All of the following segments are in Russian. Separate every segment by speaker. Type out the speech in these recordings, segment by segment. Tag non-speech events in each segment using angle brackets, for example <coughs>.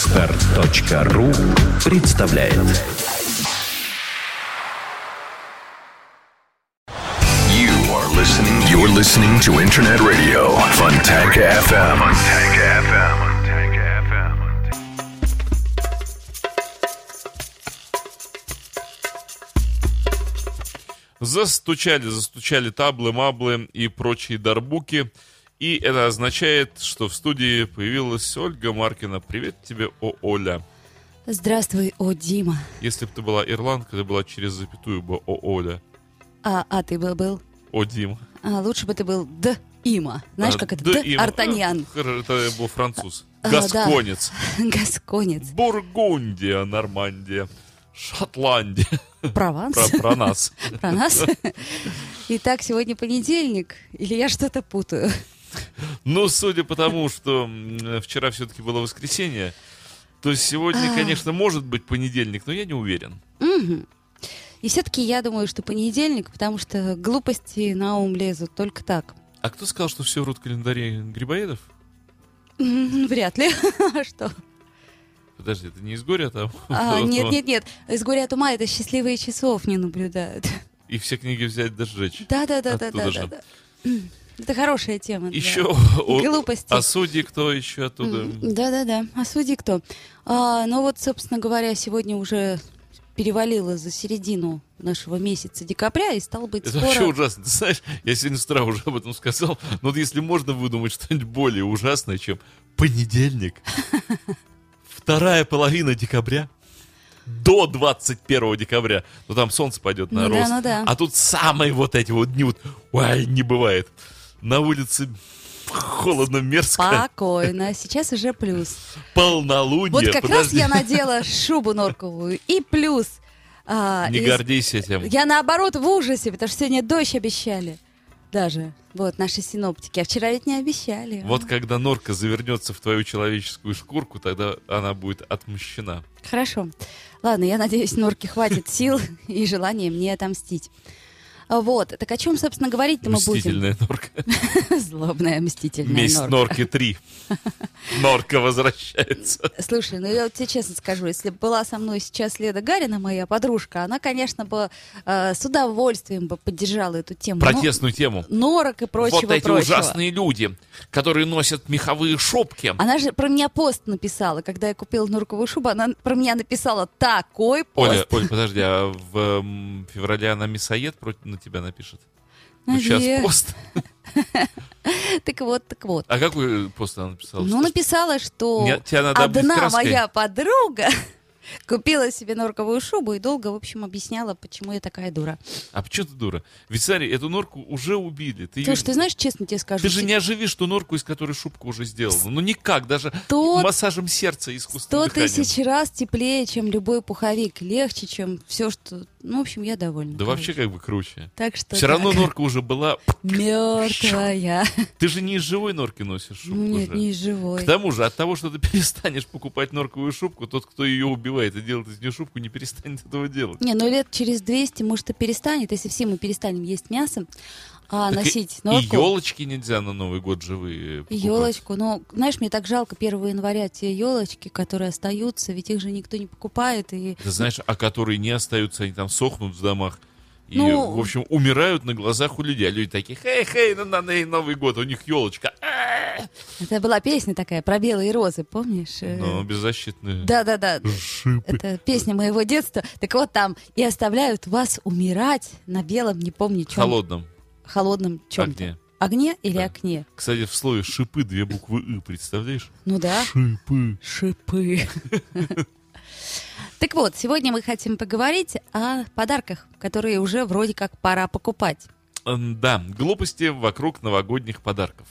Speaker 1: Отстар.ру представляет
Speaker 2: You are listening. You're listening to Internet Radio Funtech FM. Funtech FM.
Speaker 3: Застучали, застучали таблы, маблы и прочие дарбуки. И это означает, что в студии появилась Ольга Маркина. Привет тебе, о Оля.
Speaker 4: Здравствуй, о Дима.
Speaker 3: Если бы ты была ирландка, ты была через запятую бы о Оля.
Speaker 4: А, а ты бы был?
Speaker 3: О Дим.
Speaker 4: А, лучше бы ты был Д. Има. Знаешь,
Speaker 3: А,
Speaker 4: как это?
Speaker 3: да,
Speaker 4: Д.
Speaker 3: им.
Speaker 4: Артаньян. <laughs>
Speaker 3: Э, хр- Это был француз.
Speaker 4: А, да.
Speaker 3: Гасконец. <laughs>
Speaker 4: Гасконец.
Speaker 3: Бургундия, Нормандия. Шотландия. <laughs>
Speaker 4: Прованс.
Speaker 3: Про, про нас.
Speaker 4: <laughs> Про нас. <laughs> Итак, сегодня понедельник. Или я что-то путаю? <laughs>
Speaker 3: Ну, судя по тому, что м, вчера все-таки было воскресенье, то
Speaker 4: А.
Speaker 3: сегодня, конечно, может быть понедельник, но я не уверен.
Speaker 4: Мгм. И все-таки я думаю, что понедельник, потому что глупости на ум лезут только так.
Speaker 3: А кто сказал, что все врут календаре Грибоедов?
Speaker 4: М, Вряд ли. <laughs> А Что?
Speaker 3: Подожди, это не из горя там? <laughs>
Speaker 4: А,
Speaker 3: Вот,
Speaker 4: Нет,
Speaker 3: вот.
Speaker 4: нет, нет. Из горя от ума это счастливые часов не наблюдают.
Speaker 3: И все книги взять да сжечь.
Speaker 4: Да, да, да, да,
Speaker 3: Оттуда
Speaker 4: да,
Speaker 3: же.
Speaker 4: да. да. Это хорошая тема. для-
Speaker 3: Еще о-
Speaker 4: Глупости.
Speaker 3: о судьи кто еще оттуда?
Speaker 4: М, Да-да-да. А судьи кто? А, ну вот, собственно говоря, сегодня уже перевалило за середину нашего месяца декабря, и стало быть,
Speaker 3: Это вообще
Speaker 4: скоро...
Speaker 3: ужасно. Ты знаешь, я сегодня с утра уже об этом сказал, но вот если можно выдумать что-нибудь более ужасное, чем
Speaker 4: <laughs>
Speaker 3: понедельник, вторая половина декабря, до 21 декабря, ну там солнце пойдет на
Speaker 4: Ну да,
Speaker 3: рост,
Speaker 4: ну да.
Speaker 3: а тут самые вот эти вот дни, вот, ой, не бывает. На улице холодно, мерзко,
Speaker 4: Спокойно, сейчас уже плюс.
Speaker 3: полнолуние.
Speaker 4: Вот как раз
Speaker 3: Подожди.
Speaker 4: я надела шубу норковую и плюс. А,
Speaker 3: Не
Speaker 4: и с-
Speaker 3: гордись этим.
Speaker 4: Я наоборот в ужасе, потому что сегодня дождь обещали. Даже. Вот наши синоптики. А вчера ведь не обещали.
Speaker 3: Вот когда норка завернется в твою человеческую шкурку, тогда она будет отмщена.
Speaker 4: Хорошо. Ладно, я надеюсь, Норке хватит сил <laughs> и желания мне отомстить. А, Вот, так о чем, собственно, говорить-то мы будем?
Speaker 3: Мстительная норка.
Speaker 4: <laughs> Злобная, мстительная
Speaker 3: Месть
Speaker 4: Норка.
Speaker 3: Норки
Speaker 4: <laughs>
Speaker 3: 3. Норка возвращается.
Speaker 4: Слушай, ну я вот тебе честно скажу, если бы была со мной сейчас Леда Гарина, моя подружка, она, конечно, бы э, с удовольствием бы поддержала эту тему. Но-
Speaker 3: Протестную тему.
Speaker 4: Норок и Ну, прочего,
Speaker 3: вот эти
Speaker 4: прочего.
Speaker 3: ужасные люди, которые носят меховые шубки.
Speaker 4: Она же про меня пост написала, когда я купила норковую шубу, она про меня написала такой пост.
Speaker 3: Оля, Оль, подожди, а в эм, феврале она мясоед против на тебя напишет?
Speaker 4: А
Speaker 3: Ну, сейчас
Speaker 4: Наверное.
Speaker 3: пост.
Speaker 4: Так вот, так вот.
Speaker 3: А какой пост она написала?
Speaker 4: Ну,
Speaker 3: Что ж-
Speaker 4: написала, что
Speaker 3: Нет, тебя надо облить
Speaker 4: одна
Speaker 3: краской.
Speaker 4: моя подруга <laughs> купила себе норковую шубу и долго, в общем, объясняла, почему я такая дура.
Speaker 3: А почему ты дура? Ведь, смотри, эту норку уже убили. Ты, её-
Speaker 4: Слушай, ты знаешь, честно тебе скажу,
Speaker 3: Ты же не оживишь ту норку, из которой шубку уже сделала. Ну никак, даже
Speaker 4: Сто-
Speaker 3: массажем сердца и искусственным
Speaker 4: сто
Speaker 3: дыханием.
Speaker 4: тысяч раз теплее, чем любой пуховик, легче, чем все, что... Ну, в общем, я довольна.
Speaker 3: Да вообще как бы круче.
Speaker 4: Так что
Speaker 3: Все равно норка уже была.
Speaker 4: Мертвая.
Speaker 3: Ты же не из живой норки носишь шубку
Speaker 4: <laughs> Нет,
Speaker 3: уже.
Speaker 4: не
Speaker 3: К
Speaker 4: живой.
Speaker 3: тому же, от того, что ты <laughs> перестанешь покупать норковую шубку, тот, кто ее убивает и делает из нее шубку, не перестанет этого делать.
Speaker 4: Не, ну лет через 200, может, и перестанет, если все мы перестанем есть мясо, а
Speaker 3: Так и-
Speaker 4: носить
Speaker 3: и
Speaker 4: норку.
Speaker 3: елочки нельзя на Новый год живые покупать.
Speaker 4: Елочку. Ну, знаешь, мне так жалко 1 января те елочки, которые остаются, ведь их же никто не покупает. И...
Speaker 3: Ты знаешь, а которые не остаются, они там сохнут в домах. И,
Speaker 4: Ну-
Speaker 3: в общем, умирают на глазах у людей. А люди такие, хей, хей, на, на- на Новый год, у них елочка.
Speaker 4: Э. Это была песня такая про белые розы, помнишь? Э,
Speaker 3: Но беззащитные. <laughs>
Speaker 4: Да-да-да.
Speaker 3: Шипы.
Speaker 4: Это песня моего детства. Так вот там и оставляют вас умирать на белом, не помню,
Speaker 3: В
Speaker 4: чем.
Speaker 3: холодном
Speaker 4: Холодном чем.
Speaker 3: огне.
Speaker 4: Огне или
Speaker 3: А Да.
Speaker 4: окне?
Speaker 3: Кстати, в слове шипы две буквы «ы», представляешь?
Speaker 4: Ну да.
Speaker 3: Шипы.
Speaker 4: Шипы. <laughs> Так вот, сегодня мы хотим поговорить о подарках, которые уже вроде как пора покупать.
Speaker 3: М, Да, глупости вокруг новогодних подарков.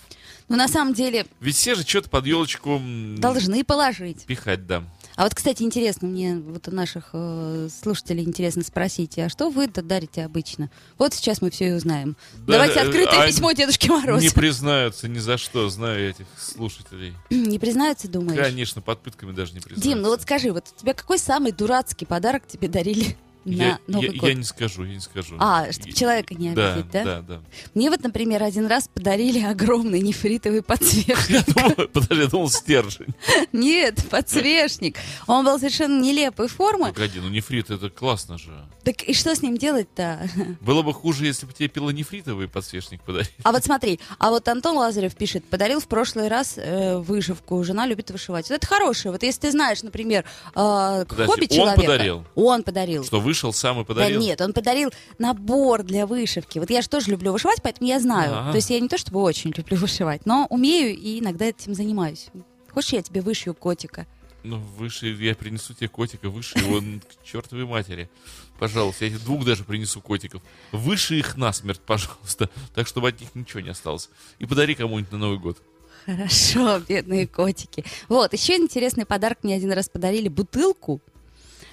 Speaker 4: Но Ну, на самом деле
Speaker 3: Ведь все же что-то под елочку м,
Speaker 4: должны положить.
Speaker 3: пихать, да.
Speaker 4: А вот, кстати, интересно, мне вот у наших э, слушателей интересно спросить, а что вы дарите обычно? Вот сейчас мы все и узнаем.
Speaker 3: Да,
Speaker 4: Давайте
Speaker 3: э,
Speaker 4: открытое
Speaker 3: а
Speaker 4: письмо Дедушке Морозу.
Speaker 3: Не признаются ни за что, знаю этих слушателей.
Speaker 4: <clears throat> Не, признаются, думаешь? ну
Speaker 3: Конечно, под пытками даже не признаются.
Speaker 4: Дим, ну вот скажи, вот у тебя какой самый дурацкий подарок тебе дарили на
Speaker 3: я,
Speaker 4: Новый
Speaker 3: я-
Speaker 4: год.
Speaker 3: я не скажу, я не скажу.
Speaker 4: А, чтоб человека не обидеть, да?
Speaker 3: Да, <laughs> да,
Speaker 4: Мне вот, например, один раз подарили огромный нефритовый подсвечник.
Speaker 3: Я думал, подожди, я думал стержень.
Speaker 4: <laughs> Нет, подсвечник. Он был совершенно нелепой формы.
Speaker 3: Погоди, ну нефрит это классно же.
Speaker 4: Так и что с ним делать-то?
Speaker 3: Было бы хуже, если бы тебе пилонефритовый подсвечник подарили.
Speaker 4: А вот смотри, а вот Антон Лазарев пишет, подарил в прошлый раз э, вышивку, жена любит вышивать. Вот это хорошее. Вот если ты знаешь, например, э,
Speaker 3: Подожди,
Speaker 4: хобби
Speaker 3: он
Speaker 4: человека.
Speaker 3: подарил?
Speaker 4: Он подарил.
Speaker 3: Что вышел, сам и
Speaker 4: Да
Speaker 3: подарил?
Speaker 4: нет, он подарил набор для вышивки. Вот я же тоже люблю вышивать, поэтому я знаю.
Speaker 3: Ага.
Speaker 4: То есть я не то чтобы очень люблю <laughs> вышивать, но умею и иногда этим занимаюсь. Хочешь, я тебе вышью котика?
Speaker 3: Ну, выше, я принесу тебе котика, выше его н- к чертовой матери. Пожалуйста, я тебе двух даже принесу котиков. Выше их насмерть, пожалуйста. Так, чтобы от них ничего не осталось. И подари кому-нибудь на Новый год.
Speaker 4: Хорошо, <laughs> бедные котики. Вот, еще интересный подарок мне один раз подарили. Бутылку,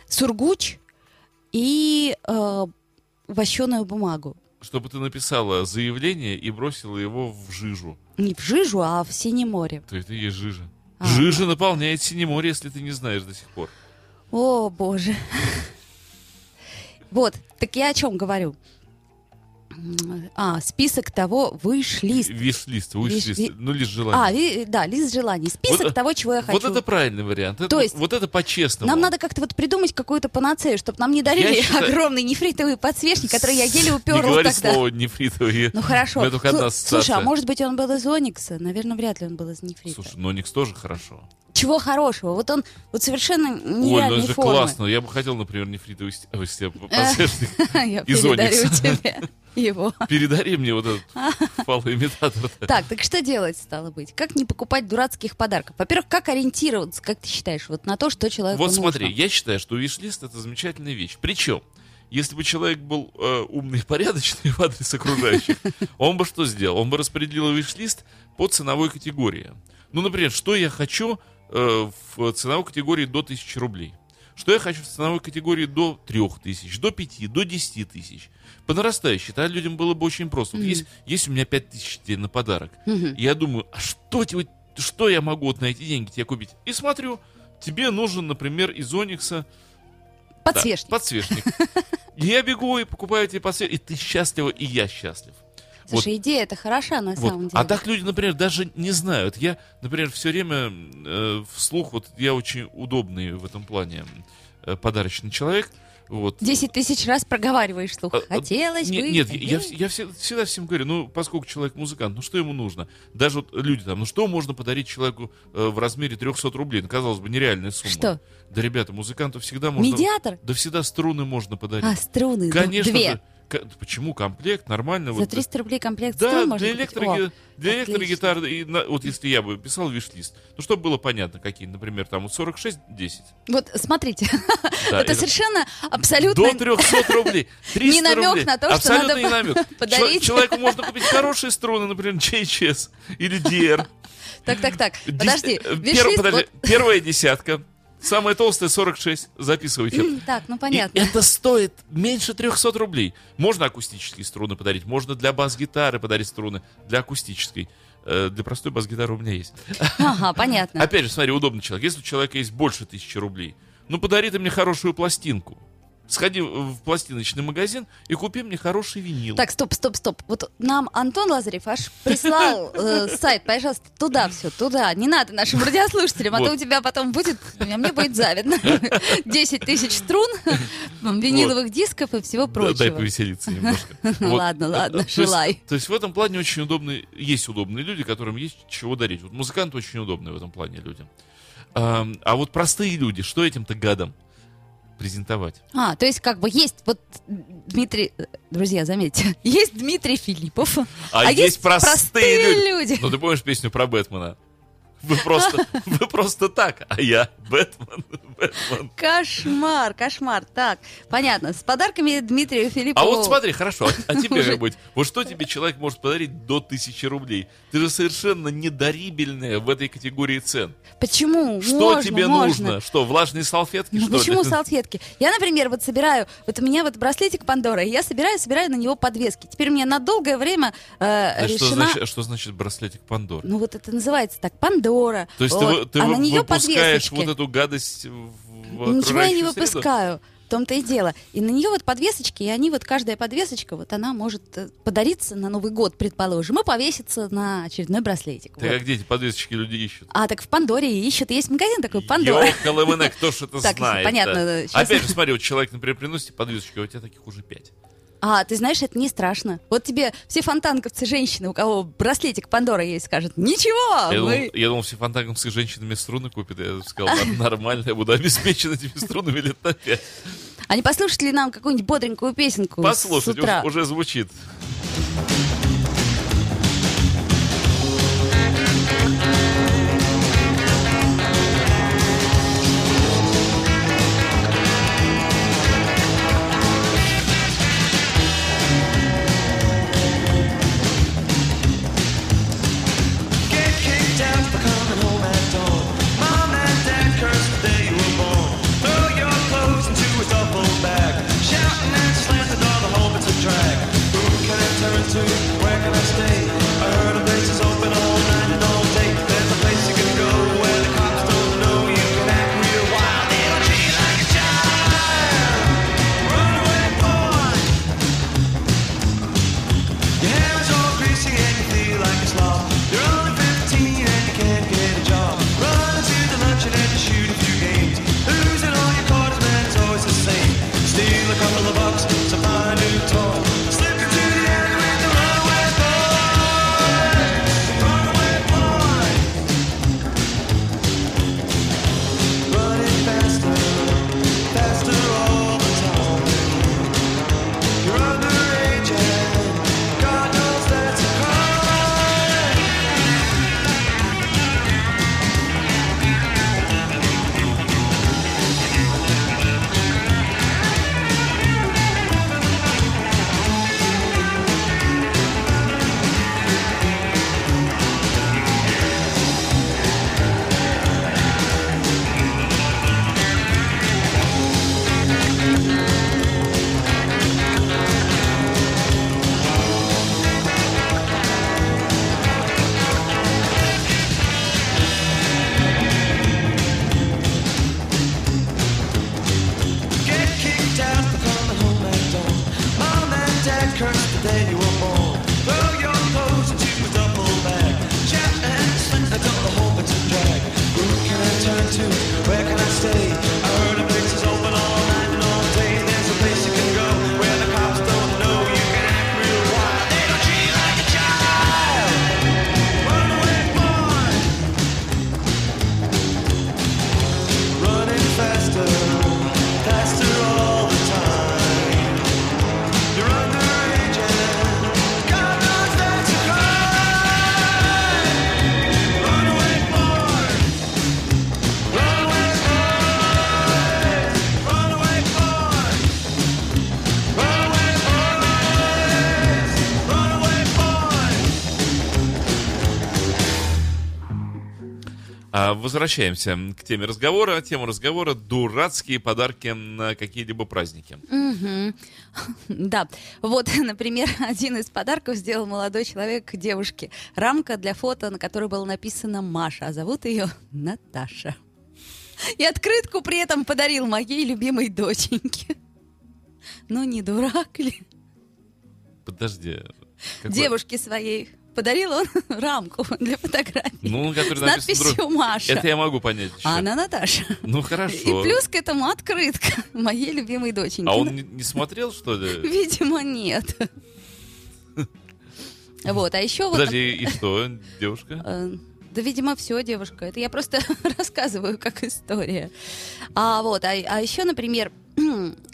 Speaker 4: сургуч и э, вощеную бумагу.
Speaker 3: Чтобы ты написала заявление и бросила его в жижу.
Speaker 4: Не в жижу, а в синем море.
Speaker 3: То это и есть жижа.
Speaker 4: А.
Speaker 3: Жижа наполняет синеморе, если ты не знаешь до сих пор.
Speaker 4: О, боже. Вот, так я о чем говорю? М, А, список того, виш-лист.
Speaker 3: Виш-лист,
Speaker 4: Виш- ви-
Speaker 3: виш-лист. Ну, лишь
Speaker 4: А,
Speaker 3: желание.
Speaker 4: ви- да, лист желаний. Список
Speaker 3: Вот, э,
Speaker 4: того, чего я хочу.
Speaker 3: вот это правильный вариант. Это-
Speaker 4: То есть
Speaker 3: вот это по-честному.
Speaker 4: Нам надо как-то вот придумать какую-то панацею, чтобы нам не дарили <laughs>
Speaker 3: Я считаю-
Speaker 4: огромный нефритовый подсвечник, который я
Speaker 3: Не
Speaker 4: еле уперла
Speaker 3: говори
Speaker 4: тогда.
Speaker 3: слово нефритовый.
Speaker 4: Ну хорошо.
Speaker 3: У меня только
Speaker 4: Слу-
Speaker 3: одна
Speaker 4: Слушай, а
Speaker 3: ассоциация.
Speaker 4: может быть он был из Оникса? Наверное, вряд ли он был из нефрита.
Speaker 3: Слушай, но Никс тоже хорошо.
Speaker 4: Чего хорошего? Вот он вот совершенно
Speaker 3: Ой, ну
Speaker 4: нереальной
Speaker 3: это же
Speaker 4: формы.
Speaker 3: классно. Я бы хотел, например, нефритовый ст- ой, степ- подсвечник.
Speaker 4: <laughs> Я
Speaker 3: Из
Speaker 4: передарю
Speaker 3: Оникса.
Speaker 4: <laughs> тебе его. имитатор.
Speaker 3: Передари мне вот
Speaker 4: А.
Speaker 3: этот фалоимитатор.
Speaker 4: Так, так что делать стало быть? Как не покупать дурацких подарков? Во-первых, как ориентироваться, как ты считаешь, вот на то, что человеку
Speaker 3: Вот
Speaker 4: нужно?
Speaker 3: смотри, я считаю, что виш-лист это замечательная вещь. Причем, если бы человек был э, умный и порядочный <laughs> в адрес окружающих, он бы что сделал? Он бы распределил виш-лист по ценовой категории. Ну, например, что я хочу э, в ценовой категории до 1000 рублей. Что я хочу в ценовой категории до 3000, до 5, до 10 тысяч. По нарастающей, тогда людям было бы очень просто. Вот
Speaker 4: Мгм.
Speaker 3: есть, есть у меня 5000 тебе на подарок.
Speaker 4: Мгм.
Speaker 3: Я думаю, а что, тебе, что я могу вот на эти деньги тебе купить? И смотрю, тебе нужен, например, из Оникса да,
Speaker 4: Подсвечник.
Speaker 3: подсвечник. И я бегу и покупаю тебе подсвечник, и ты счастлива, и я счастлив.
Speaker 4: Слушай, идея это хороша на
Speaker 3: Вот.
Speaker 4: самом деле.
Speaker 3: А так люди, например, даже не знают. Я, например, все время э, вслух, вот я очень удобный в этом плане э, подарочный человек. Вот.
Speaker 4: Десять тысяч раз проговариваешь слух.
Speaker 3: А, а,
Speaker 4: Хотелось
Speaker 3: Не-
Speaker 4: бы.
Speaker 3: Нет, я, я вс- я все- всегда всем говорю, ну, поскольку человек музыкант, ну что ему нужно? Даже вот люди там, ну что можно подарить человеку э, в размере 300 рублей? Ну, казалось бы, нереальная сумма.
Speaker 4: Что?
Speaker 3: Да, ребята, музыканту всегда можно...
Speaker 4: Медиатор?
Speaker 3: Да всегда струны можно подарить.
Speaker 4: А, струны. д-
Speaker 3: Конечно
Speaker 4: Две.
Speaker 3: же. Ка- Почему комплект? Нормально.
Speaker 4: За
Speaker 3: вот,
Speaker 4: 300 рублей комплект
Speaker 3: да,
Speaker 4: струн можно
Speaker 3: для,
Speaker 4: купить.
Speaker 3: электроги...
Speaker 4: О,
Speaker 3: для
Speaker 4: отлично.
Speaker 3: электрогитары, и на- вот если я бы писал виш-лист, ну, чтобы было понятно, какие, например, там вот 46-10.
Speaker 4: Вот смотрите,
Speaker 3: Да,
Speaker 4: это
Speaker 3: это-
Speaker 4: совершенно абсолютно...
Speaker 3: До 300 рублей. 300
Speaker 4: Не намек
Speaker 3: рублей.
Speaker 4: на то, что
Speaker 3: Абсолютно
Speaker 4: надо
Speaker 3: не намек. Чел-
Speaker 4: <laughs> подарить.
Speaker 3: Человеку можно купить хорошие струны, например, JHS или DR.
Speaker 4: Так, так, так,
Speaker 3: Дес-
Speaker 4: подожди.
Speaker 3: э, пер-
Speaker 4: виш-лист,
Speaker 3: подожди.
Speaker 4: вот-
Speaker 3: Первая десятка. Самая толстая 46. Записывайте.
Speaker 4: Так, ну
Speaker 3: И
Speaker 4: понятно.
Speaker 3: это стоит меньше 300 рублей. Можно акустические струны подарить, можно для бас-гитары подарить струны, для акустической. Э, Для простой бас-гитары у меня есть.
Speaker 4: Ага, понятно.
Speaker 3: Опять же, смотри, удобный человек. Если у человека есть больше тысячи рублей, ну подари ты мне хорошую пластинку. Сходи в пластиночный магазин и купи мне хороший винил.
Speaker 4: Так, стоп, стоп, стоп. Вот нам Антон Лазарев аж прислал э, сайт, пожалуйста, туда все, туда. Не надо нашим радиослушателям, а то
Speaker 3: Вот.
Speaker 4: у тебя потом будет, а мне будет завидно. <laughs> 10 тысяч струн, <laughs> виниловых дисков и всего
Speaker 3: Да, дай
Speaker 4: прочего.
Speaker 3: повеселиться немножко.
Speaker 4: Ну
Speaker 3: Вот.
Speaker 4: <laughs>
Speaker 3: А,
Speaker 4: ладно, ладно,
Speaker 3: То есть-
Speaker 4: желай.
Speaker 3: То есть в этом плане очень удобные, есть удобные люди, которым есть чего дарить. Вот музыканты очень удобные в этом плане люди. А, а вот простые люди, что этим-то гадом презентовать?
Speaker 4: А, то есть как бы есть вот Дмитрий, э, друзья, заметьте, <laughs> есть Дмитрий Филиппов,
Speaker 3: А,
Speaker 4: А
Speaker 3: есть, простые, люди.
Speaker 4: люди.
Speaker 3: Ну ты помнишь песню про Бэтмена? Вы
Speaker 4: <laughs>
Speaker 3: просто, вы просто так, а я Бэтмен, Бэтмен.
Speaker 4: Кошмар, кошмар. Так, понятно. С подарками Дмитрию Филиппову.
Speaker 3: А вот смотри, хорошо, а тебе
Speaker 4: Уже.
Speaker 3: как-нибудь, вот что тебе человек может подарить до тысячи рублей? Ты же совершенно недарибельная в этой категории цен.
Speaker 4: Почему?
Speaker 3: Что
Speaker 4: Можно,
Speaker 3: тебе
Speaker 4: можно.
Speaker 3: нужно? Что, влажные салфетки,
Speaker 4: Ну
Speaker 3: что
Speaker 4: почему
Speaker 3: ли?
Speaker 4: салфетки? Я, например, вот собираю, вот у меня вот браслетик Пандора, и я собираю, собираю на него подвески. Теперь у меня на долгое время э,
Speaker 3: А что,
Speaker 4: решена...
Speaker 3: значит, что значит браслетик Пандоры?
Speaker 4: Ну вот это называется так, Пандора.
Speaker 3: То есть ты
Speaker 4: Вот.
Speaker 3: вы- ты,
Speaker 4: а
Speaker 3: вы-
Speaker 4: на нее
Speaker 3: выпускаешь
Speaker 4: подвесочки.
Speaker 3: вот эту гадость в в
Speaker 4: Ничего я не
Speaker 3: окружающую среду?
Speaker 4: выпускаю. В том-то и дело. И на нее вот подвесочки, и они вот, каждая подвесочка, вот она может э, подариться на Новый год, предположим, и повеситься на очередной браслетик.
Speaker 3: Ты
Speaker 4: Вот.
Speaker 3: как дети а подвесочки люди ищут.
Speaker 4: А, так в Пандоре ищут. Есть магазин такой, Пандора.
Speaker 3: Ёлка-лымыны, кто ж это
Speaker 4: Так,
Speaker 3: знает?
Speaker 4: понятно,
Speaker 3: да?
Speaker 4: сейчас-
Speaker 3: Опять же, смотри, вот человек, например, приносит тебе подвесочку, а у тебя таких уже пять.
Speaker 4: А, ты знаешь, это не страшно. Вот тебе все фонтанковцы женщины, у кого браслетик Пандора есть, скажут, ничего,
Speaker 3: Я,
Speaker 4: мы...
Speaker 3: думал, я думал, все фонтанговские женщинами струны купят. Я сказал, «Ладно, <laughs> нормально, я буду обеспечен этими струнами лет на пять.
Speaker 4: А не послушать ли нам какую-нибудь бодренькую песенку
Speaker 3: Послушать,
Speaker 4: с утра?
Speaker 3: уж- уже звучит.
Speaker 5: Get kicked out for coming home at dawn. Mom and dad curse the day you were born. Throw your clothes into a duffel bag. Shouting and slanted on the home, it's a drag. Who can I turn to? Where can I stay? I heard a place is open all night and all day. There's a place you can go where the cops don't know you can act real wild. It'll treat you like a child. Runaway boy. Your hair is all greasy and you feel like a slob. You're only 15 and you can't get a job. Run into the luncheon and you shoot a few games. Losing all your quarters, man, it's always the same. Steal a couple of bucks, to buy a new toy. Slip into the alley with the runaway boy. Runaway boy. Running faster, faster all the time. You're underage and God knows that's a crime. Get kicked out for coming home at dawn. Mom and dad cursed the day you were born. Throw your clothes into a duffel bag. Chat and sling a double hope it's a drag. Who can I turn to? Where can I stay? I heard a place is open all night and all day. There's a place you can go where the cops don't know you can act real wild. They don't treat you like a child. Runaway boy. Running faster, faster all the time. You're underage and God knows that's a crime. Runaway boy, runaway boy, runaway boy, runaway boys, runaway boy.
Speaker 3: А, Возвращаемся к теме разговора. Тема разговора – дурацкие подарки на какие-либо праздники.
Speaker 4: Да. Вот, <laughs> например, один из подарков сделал молодой человек девушке. Рамка для фото, на которой было написано «Маша», а зовут ее Наташа. И открытку при этом подарил моей любимой доченьке. Ну, не дурак ли?
Speaker 3: Подожди. какой-
Speaker 4: Девушке своей подарил он <laughs> рамку для фотографий.
Speaker 3: Ну, на которой
Speaker 4: с
Speaker 3: написано
Speaker 4: надписью
Speaker 3: друг-
Speaker 4: «Маша».
Speaker 3: Это я могу понять еще.
Speaker 4: А она Наташа.
Speaker 3: Ну, хорошо.
Speaker 4: И плюс к этому открытка <laughs> моей любимой доченьки.
Speaker 3: А он не, не смотрел, что ли?
Speaker 4: <laughs> Видимо, нет.
Speaker 3: <laughs>
Speaker 4: Вот, а еще <laughs> вот...
Speaker 3: Подожди, и что, девушка?
Speaker 4: Э, Да, видимо, все, девушка. Это я просто <laughs> рассказываю как история. А вот, а, еще, например, <clears throat>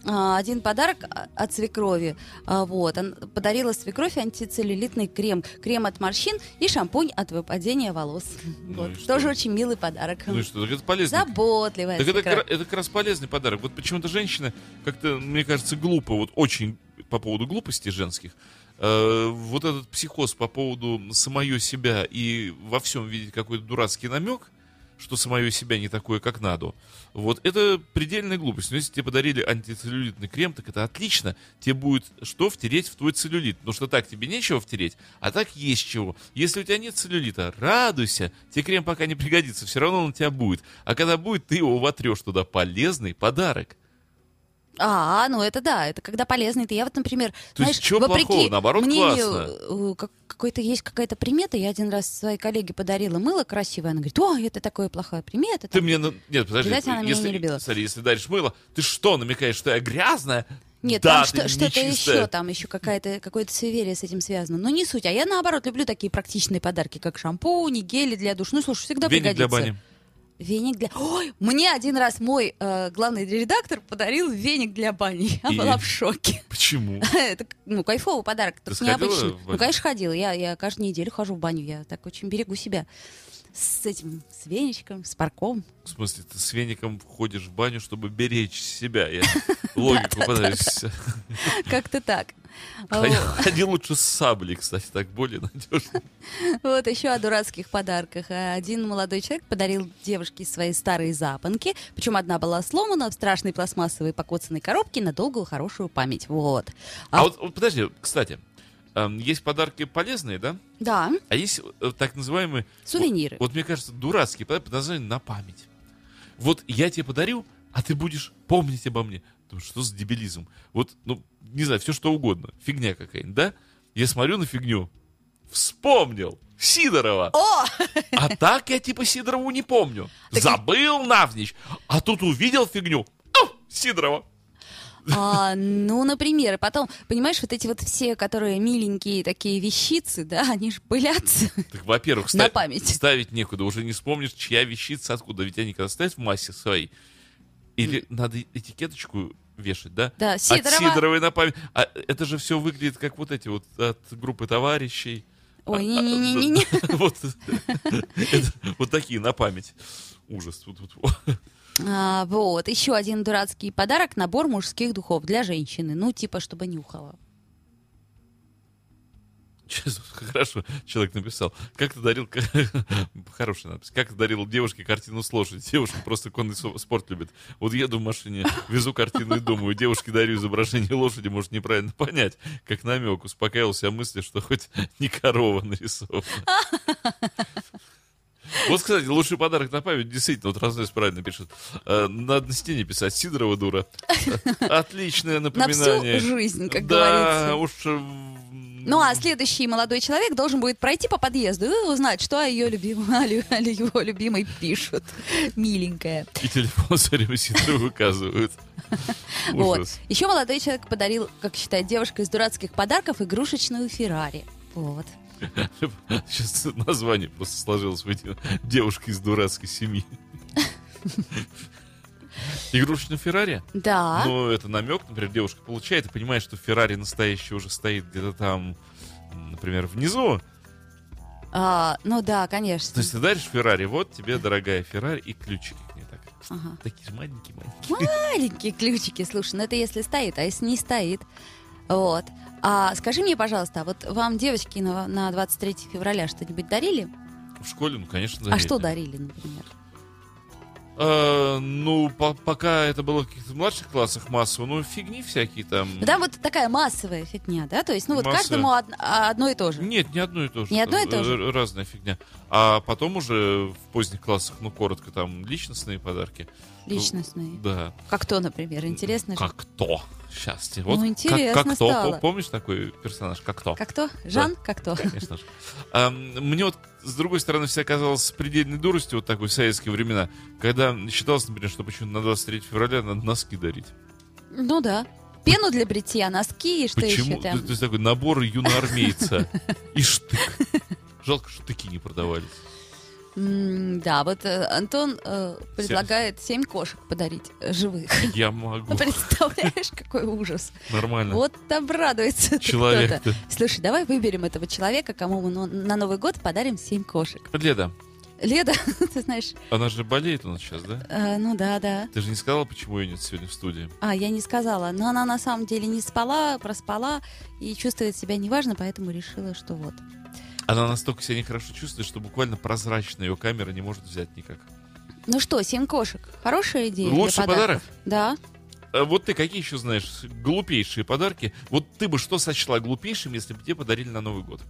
Speaker 4: а, один подарок а- от свекрови. А, вот, он подарила свекровь антицеллюлитный крем, крем от морщин и шампунь от выпадения волос.
Speaker 3: Ну и
Speaker 4: Вот,
Speaker 3: что?
Speaker 4: тоже очень милый подарок.
Speaker 3: Ну и что, так это полезно.
Speaker 4: Заботливая
Speaker 3: Так это,
Speaker 4: свекровь.
Speaker 3: кра- это как раз полезный подарок. Вот почему-то женщины как-то, мне кажется, глупо, вот очень по поводу глупостей женских, э, вот этот психоз по поводу самое себя и во всем видеть какой-то дурацкий намек, что самое себя не такое, как надо. Вот это предельная глупость. Но если тебе подарили антицеллюлитный крем, так это отлично. Тебе будет что втереть в твой целлюлит. Потому что так тебе нечего втереть, а так есть чего. Если у тебя нет целлюлита, радуйся. Тебе крем пока не пригодится, все равно он у тебя будет. А когда будет, ты его вотрешь туда. Полезный подарок.
Speaker 4: А, ну это да, это когда полезно. Это я вот, например,
Speaker 3: То есть
Speaker 4: знаешь,
Speaker 3: чё
Speaker 4: вопреки
Speaker 3: плохого? Наоборот,
Speaker 4: мнению,
Speaker 3: классно.
Speaker 4: э, как- какой-то есть какая-то примета. Я один раз своей коллеге подарила мыло красивое, она говорит, о, это такая плохая примета.
Speaker 3: Ты
Speaker 4: там».
Speaker 3: мне... на- Нет, подожди.
Speaker 4: Видать, она меня
Speaker 3: если,
Speaker 4: не любила.
Speaker 3: Смотри, если даришь мыло, ты что, намекаешь, что я грязная?
Speaker 4: Нет,
Speaker 3: да,
Speaker 4: там что-
Speaker 3: ты
Speaker 4: что-то
Speaker 3: нечистая.
Speaker 4: еще, там еще какая-то, какое-то суеверие с этим связано. Но не суть. А я, наоборот, люблю такие практичные подарки, как шампуни, гели для душ. Ну, слушай, всегда
Speaker 3: Веник для
Speaker 4: пригодится.
Speaker 3: бани.
Speaker 4: Веник для... Ой, мне один раз мой э, главный редактор подарил веник для бани. Я
Speaker 3: И?
Speaker 4: была в шоке.
Speaker 3: Почему?
Speaker 4: <laughs> Это, ну, кайфовый подарок, так
Speaker 3: сходила
Speaker 4: необычный.
Speaker 3: в баню?
Speaker 4: Ну, конечно, ходила. Я, я каждую неделю хожу в баню. Я так очень берегу себя. С этим, с веничком, с парком. <laughs>
Speaker 3: В смысле, ты с веником входишь в баню, чтобы беречь себя.
Speaker 4: <laughs>
Speaker 3: Я логику пытаюсь.
Speaker 4: Как-то так. А
Speaker 3: Ходи <laughs> ходи лучше с саблей, кстати, так более надежно.
Speaker 4: Вот еще о дурацких подарках. Э, Один молодой человек подарил девушке свои старые запонки, причем одна была сломана в страшной пластмассовой покоцанной коробке на долгую хорошую память. Вот. А-
Speaker 3: А вот вот подожди, кстати, эм, есть подарки полезные, да?
Speaker 4: Да,
Speaker 3: А есть э, так называемые...
Speaker 4: Сувениры.
Speaker 3: Вот, вот мне кажется, дурацкие подарки под названием на память. Вот я тебе подарю, а ты будешь помнить обо мне. Думаю, Что за дебилизм? Вот, ну, не знаю, все что угодно. Фигня какая-нибудь, да? Я смотрю на фигню. Вспомнил! Сидорова!
Speaker 4: О!
Speaker 3: А так я типа Сидорову не помню. Забыл навничь. А тут увидел фигню. Ау, Сидорова.
Speaker 4: А, ну, например, и потом, понимаешь, вот эти вот все, которые миленькие такие вещицы, да, они же пылятся. <laughs>
Speaker 3: Так, во-первых,
Speaker 4: На
Speaker 3: ста-
Speaker 4: память.
Speaker 3: ставить некуда. Уже не вспомнишь, чья вещица откуда. Ведь они когда ставят в массе своей. Или надо этикеточку вешать, да?
Speaker 4: Да,
Speaker 3: От
Speaker 4: Сидорова.
Speaker 3: Сидоровой на память. А это же все выглядит как вот эти вот от группы товарищей.
Speaker 4: Ой,
Speaker 3: А-
Speaker 4: не-не-не-не-не.
Speaker 3: <laughs> Вот Это вот такие на память. Ужас. Тут- тут-
Speaker 4: А, вот, еще один дурацкий подарок, набор мужских духов для женщины, ну, типа, чтобы нюхала.
Speaker 3: Честно, <laughs> Хорошо, человек написал. Как ты дарил... <laughs> Хорошая надпись. Как ты дарил девушке картину с лошади? <laughs> Девушка просто конный со- спорт любит. Вот еду в машине, везу картину и думаю, девушке дарю изображение лошади, может неправильно <laughs> понять. Как намек, успокаивал себя мысли, что хоть <laughs> не корова нарисована. <laughs> Вот, кстати, лучший подарок на память, действительно, вот разнос правильно пишет. Э, Надо на стене писать Сидорова
Speaker 4: <laughs>
Speaker 3: дура. Отличное
Speaker 4: На
Speaker 3: напоминание.
Speaker 4: всю жизнь, как
Speaker 3: Да,
Speaker 4: говорится.
Speaker 3: уж... э,
Speaker 4: Ну а следующий молодой человек должен будет пройти по подъезду и узнать, что о ее любимом, <laughs> о лю- о лю- его любимой пишут. Миленькая.
Speaker 3: И телефон <laughs> Сарина Сидорова указывают.
Speaker 4: <laughs> Вот.
Speaker 3: Ужас. <laughs>
Speaker 4: Еще молодой человек подарил, как считает девушка, из дурацких подарков игрушечную Феррари. Вот.
Speaker 3: Сейчас название просто сложилось выйти. Девушка из дурацкой семьи. <laughs> Игрушечный Феррари?
Speaker 4: Да.
Speaker 3: Ну, это намек, например, девушка получает и понимает, что Феррари настоящий уже стоит где-то там, например, внизу.
Speaker 4: А, ну да, конечно.
Speaker 3: То есть ты даришь Феррари, вот тебе, дорогая Феррари, и ключики к ней так.
Speaker 4: Ага.
Speaker 3: Такие же маленькие-маленькие.
Speaker 4: Маленькие ключики, слушай, ну это если стоит, а если не стоит. Вот. А скажи мне, пожалуйста, а вот вам девочки на, на 23 февраля что-нибудь дарили?
Speaker 3: В школе, ну, конечно,
Speaker 4: А
Speaker 3: дарили.
Speaker 4: что дарили, например?
Speaker 3: Э, ну, по- пока это было в каких-то младших классах массово, ну, фигни всякие там.
Speaker 4: Ну, Там вот такая массовая фигня, да? То есть, ну вот
Speaker 3: Массовая.
Speaker 4: каждому од- а, одно и то же.
Speaker 3: Нет, не одно и то же.
Speaker 4: Не одно и то же?
Speaker 3: Р- Разная фигня. А потом уже в поздних классах, ну, коротко, там, личностные подарки.
Speaker 4: Личностные.
Speaker 3: ну, Да.
Speaker 4: Как то, например, интересно. же.
Speaker 3: Как кто? Сейчас. тебе. Вот
Speaker 4: Ну, интересно
Speaker 3: как, как
Speaker 4: стало.
Speaker 3: кто? Помнишь такой персонаж? Как кто?
Speaker 4: Как то? Жан, как то?
Speaker 3: <laughs>
Speaker 4: <laughs>
Speaker 3: Конечно же. А, м, мне вот, с другой стороны, все казалось предельной дуростью вот такой в советские времена, когда считалось, например, что почему-то на 23 февраля надо носки дарить.
Speaker 4: Ну да. Пену для бритья, носки и что еще
Speaker 3: Почему?
Speaker 4: там.
Speaker 3: То, то есть такой набор юноармейца и штык. Жалко, штыки не продавались.
Speaker 4: М, Да, вот э, Антон э, предлагает семь кошек подарить э, живых. <laughs>
Speaker 3: Я могу.
Speaker 4: Ну, Представляешь, какой ужас.
Speaker 3: Нормально.
Speaker 4: Вот там <laughs> радуется
Speaker 3: Человек-то.
Speaker 4: кто-то. Слушай, давай выберем этого человека, кому мы но- на Новый год подарим семь кошек.
Speaker 3: Леда,
Speaker 4: Леда, <laughs> ты знаешь,
Speaker 3: она же болеет у нас сейчас, да?
Speaker 4: э, ну да, да.
Speaker 3: Ты же не сказала, почему ее нет сегодня в студии?
Speaker 4: А, я не сказала. Но она на самом деле не спала, проспала и чувствует себя неважно, поэтому решила, что вот.
Speaker 3: Она настолько себя нехорошо чувствует, что буквально прозрачно ее камера не может взять никак.
Speaker 4: Ну что, семь кошек. Хорошая идея. для
Speaker 3: Лучший подарок?
Speaker 4: подарков. Да.
Speaker 3: А Вот ты какие еще знаешь глупейшие подарки? Вот ты бы что сочла глупейшим, если бы тебе подарили на Новый год?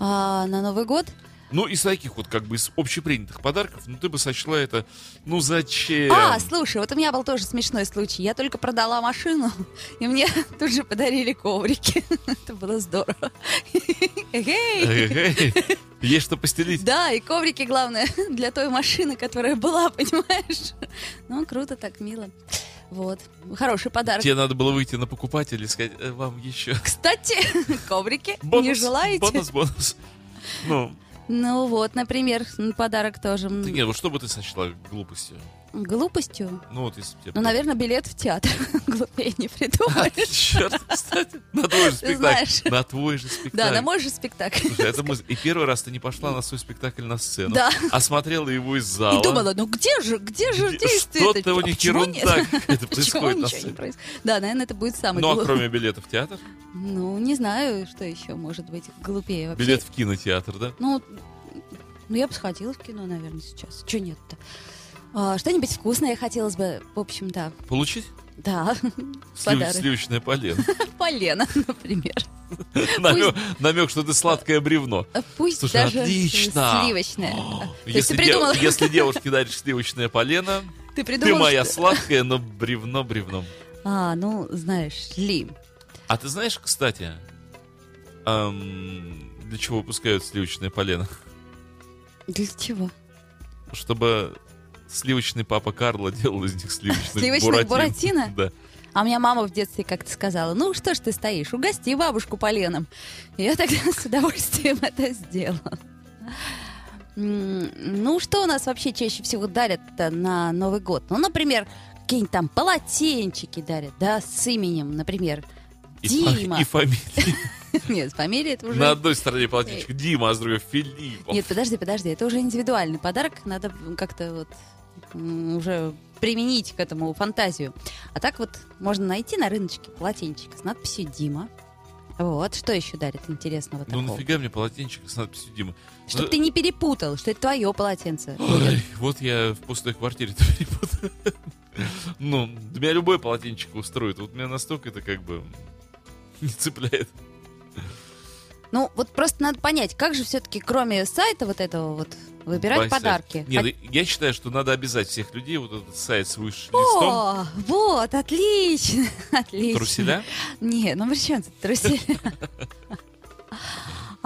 Speaker 4: А, на Новый год
Speaker 3: Ну, из таких вот как бы из общепринятых подарков, ну ты бы сочла это, ну зачем?
Speaker 4: А, слушай, вот у меня был тоже смешной случай. Я только продала машину, <laughs> и мне тут же подарили коврики. <laughs> Это было здорово. <laughs> Эй!
Speaker 3: Эй, эй, Есть что <laughs> постелить?
Speaker 4: Да, и коврики, главное, <laughs> для той машины, которая была, <laughs> понимаешь? Ну, круто, так мило. Вот. Хороший подарок.
Speaker 3: Тебе надо было выйти на покупателя и сказать, «Э, вам еще.
Speaker 4: Кстати, <laughs> коврики не
Speaker 3: Бонус,
Speaker 4: желаете?
Speaker 3: Бонус, бонус. Ну,
Speaker 4: Ну вот, например, м, подарок тоже. м,
Speaker 3: ты нет, вот что бы ты сочла глупостью?
Speaker 4: Глупостью.
Speaker 3: Ну, вот если бы тебе...
Speaker 4: Ну, наверное, билет в театр. <laughs> Глупее
Speaker 3: <laughs>
Speaker 4: не придумаешь.
Speaker 3: Черт, кстати, на твой же
Speaker 4: Ты знаешь.
Speaker 3: спектакль. На твой же
Speaker 4: Да, на
Speaker 3: спектакль.
Speaker 4: мой же
Speaker 3: <laughs>
Speaker 4: спектакль.
Speaker 3: Слушай, это мы- И первый раз ты не пошла на свой спектакль на сцену,
Speaker 4: Да.
Speaker 3: а смотрела его из зала.
Speaker 4: И думала, ну где же, где же действие?
Speaker 3: Что-то у них ерунда <laughs> это происходит на сцене.
Speaker 4: Да, наверное, это будет самый
Speaker 3: Ну, а
Speaker 4: глуп-
Speaker 3: кроме билетов в театр?
Speaker 4: Ну, не знаю, что еще может быть глупее вообще.
Speaker 3: Билет в кинотеатр, да?
Speaker 4: Ну, ну, я бы сходила в кино, наверное, сейчас. Че нет-то? А, что-нибудь вкусное хотелось бы, в общем-то,
Speaker 3: Получить
Speaker 4: да, <laughs>
Speaker 3: Слив-
Speaker 4: подарок.
Speaker 3: сливочное полено.
Speaker 4: Полено, например.
Speaker 3: Намек, намек, что ты сладкое бревно.
Speaker 4: А Пусть
Speaker 3: Слушай,
Speaker 4: даже
Speaker 3: отлично.
Speaker 4: сливочное.
Speaker 3: О,
Speaker 4: То есть
Speaker 3: Если,
Speaker 4: ты
Speaker 3: дев-
Speaker 4: придумал,
Speaker 3: если девушке даришь сливочное полено,
Speaker 4: <laughs>
Speaker 3: ты
Speaker 4: ты придумал,
Speaker 3: моя
Speaker 4: что-
Speaker 3: сладкая, но бревно бревном.
Speaker 4: А, ну, знаешь ли.
Speaker 3: А ты знаешь, кстати, эм, для чего выпускают сливочное полено? <laughs>
Speaker 4: Для чего?
Speaker 3: Чтобы сливочный папа Карло делал из них сливочных,
Speaker 4: Сливочных
Speaker 3: буратино.
Speaker 4: буратино? А у меня мама в детстве как-то сказала, ну что ж ты стоишь, угости бабушку поленом. И я тогда <laughs> с удовольствием это сделала. М, Ну что у нас вообще чаще всего дарят-то на Новый год? Ну, например, какие-нибудь там полотенчики дарят, да, с именем, например.
Speaker 3: И фами-
Speaker 4: Дима.
Speaker 3: И фамилия.
Speaker 4: <laughs> Нет, фамилия это уже...
Speaker 3: На одной стороне полотенчик Дима, а с другой Филипп.
Speaker 4: Нет, подожди, подожди, это уже индивидуальный подарок, надо м, как-то вот м, уже применить к этому фантазию. А так вот можно найти на рыночке полотенчик с надписью «Дима». Вот, что еще дарит интересного
Speaker 3: Ну
Speaker 4: такого?
Speaker 3: нафига мне полотенчик с надписью Дима?
Speaker 4: Чтоб
Speaker 3: Ну,
Speaker 4: ты не перепутал, что это твое полотенце.
Speaker 3: Ой, вот я в пустой квартире <laughs> перепутаю. Ну, для меня любое полотенчик устроит. Вот меня настолько это как бы не цепляет.
Speaker 4: Ну, вот просто надо понять, как же все-таки кроме сайта вот этого вот выбирать
Speaker 3: Вася.
Speaker 4: подарки?
Speaker 3: Нет, ну, я считаю, что надо обязать всех людей вот этот сайт с листом
Speaker 4: О, вот, отлично, <laughs> отлично.
Speaker 3: труселя.
Speaker 4: Не, ну при чем тут труселя?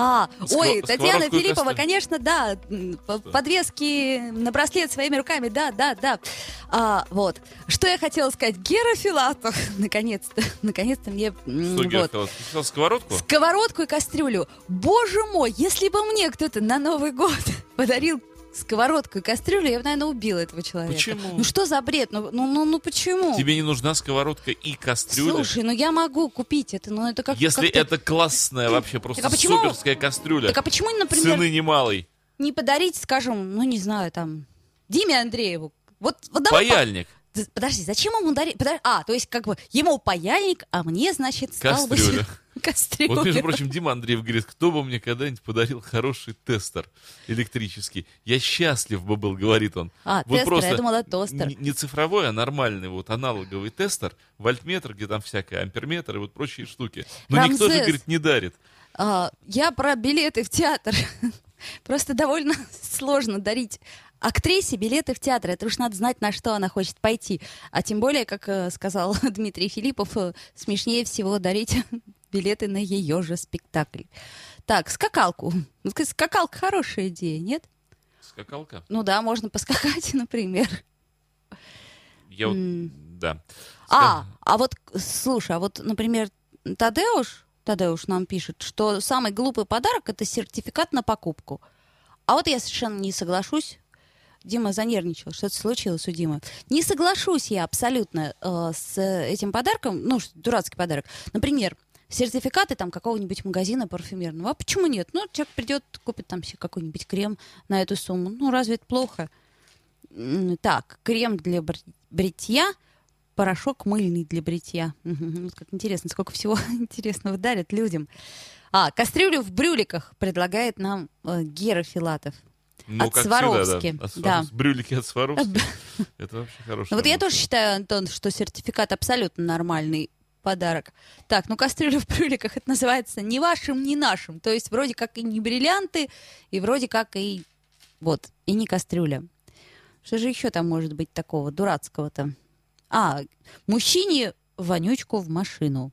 Speaker 4: А,
Speaker 3: Ск-
Speaker 4: ой,
Speaker 3: сковородку
Speaker 4: Татьяна
Speaker 3: и кастрюлю.
Speaker 4: Филиппова, конечно, да, м, по- подвески на браслет своими руками, да, да, да. А, вот, что я хотела сказать, Гера Филатов, <laughs> наконец-то, наконец-то мне, м,
Speaker 3: Что Гера
Speaker 4: вот,
Speaker 3: Филатов? Ты сказал сковородку?
Speaker 4: сковородку и кастрюлю. Боже мой, если бы мне кто-то на Новый год <laughs> подарил сковородку и кастрюлю, я бы, наверное, убила этого человека.
Speaker 3: Почему?
Speaker 4: Ну что за бред? Ну, ну, ну, ну почему?
Speaker 3: Тебе не нужна сковородка и кастрюля.
Speaker 4: Слушай, ну я могу купить это, но это как
Speaker 3: Если
Speaker 4: как-то-
Speaker 3: это классная вообще просто
Speaker 4: а почему-
Speaker 3: суперская кастрюля,
Speaker 4: Так а почему, например,
Speaker 3: цены немалой,
Speaker 4: не подарить, скажем, ну не знаю, там, Диме Андрееву? Вот, вот давай по-
Speaker 3: паяльник,
Speaker 4: Д- Подожди, зачем ему дарить? Подо- А, то есть как бы ему паяльник, а мне, значит, стал бы...
Speaker 3: кастрюля.
Speaker 4: <laughs> Кастрюля.
Speaker 3: Вот, между прочим, Дима Андреев говорит, кто бы мне когда-нибудь подарил хороший тестер электрический. Я счастлив бы был, говорит он.
Speaker 4: А,
Speaker 3: Вот
Speaker 4: тестер,
Speaker 3: просто
Speaker 4: я думала, тостер.
Speaker 3: Не, не цифровой, а нормальный вот аналоговый тестер, вольтметр, где там всякое, амперметр и вот прочие штуки. Но никто же,
Speaker 4: Рамзес.
Speaker 3: говорит, не дарит.
Speaker 4: А, я про билеты в театр. <laughs> Просто довольно <laughs> сложно дарить актрисе билеты в театр. Это уж надо знать, на что она хочет пойти. А тем более, как э, сказал <laughs> Дмитрий Филиппов, э, смешнее всего дарить <laughs> билеты на ее же спектакль. Так, скакалку. Ну, ска- Скакалка хорошая идея, нет?
Speaker 3: Скакалка?
Speaker 4: Ну да, можно поскакать, <laughs> например.
Speaker 3: Я вот, да.
Speaker 4: А, а вот, слушай, а вот, например, Тадеуш, Тадеуш нам пишет, что самый глупый подарок — это сертификат на покупку. А вот я совершенно не соглашусь. Дима занервничал, что-то случилось у Димы. Не соглашусь я абсолютно э, с этим подарком, ну, ш- дурацкий подарок. Например, сертификаты там какого-нибудь магазина парфюмерного. А почему нет? Ну, человек придет, купит там себе какой-нибудь крем на эту сумму. Ну, разве это плохо? М, Так, крем для бр- бритья, порошок мыльный для бритья. Мгм. Ну, Вот как интересно, сколько всего <laughs> интересного дарят людям. А, кастрюлю в брюликах предлагает нам э, Гера Филатов.
Speaker 3: Ну,
Speaker 4: от
Speaker 3: как всегда,
Speaker 4: Сваровски,
Speaker 3: да. От
Speaker 4: да.
Speaker 3: Сваровски. Брюлики от Сваровски. Это вообще хорошо.
Speaker 4: Ну вот я тоже считаю, Антон, что сертификат абсолютно нормальный подарок. Так, ну кастрюля в прюликах, это называется ни вашим, ни нашим. То есть вроде как и не бриллианты, и вроде как и вот, и не кастрюля. Что же еще там может быть такого дурацкого-то? А, мужчине вонючку в машину.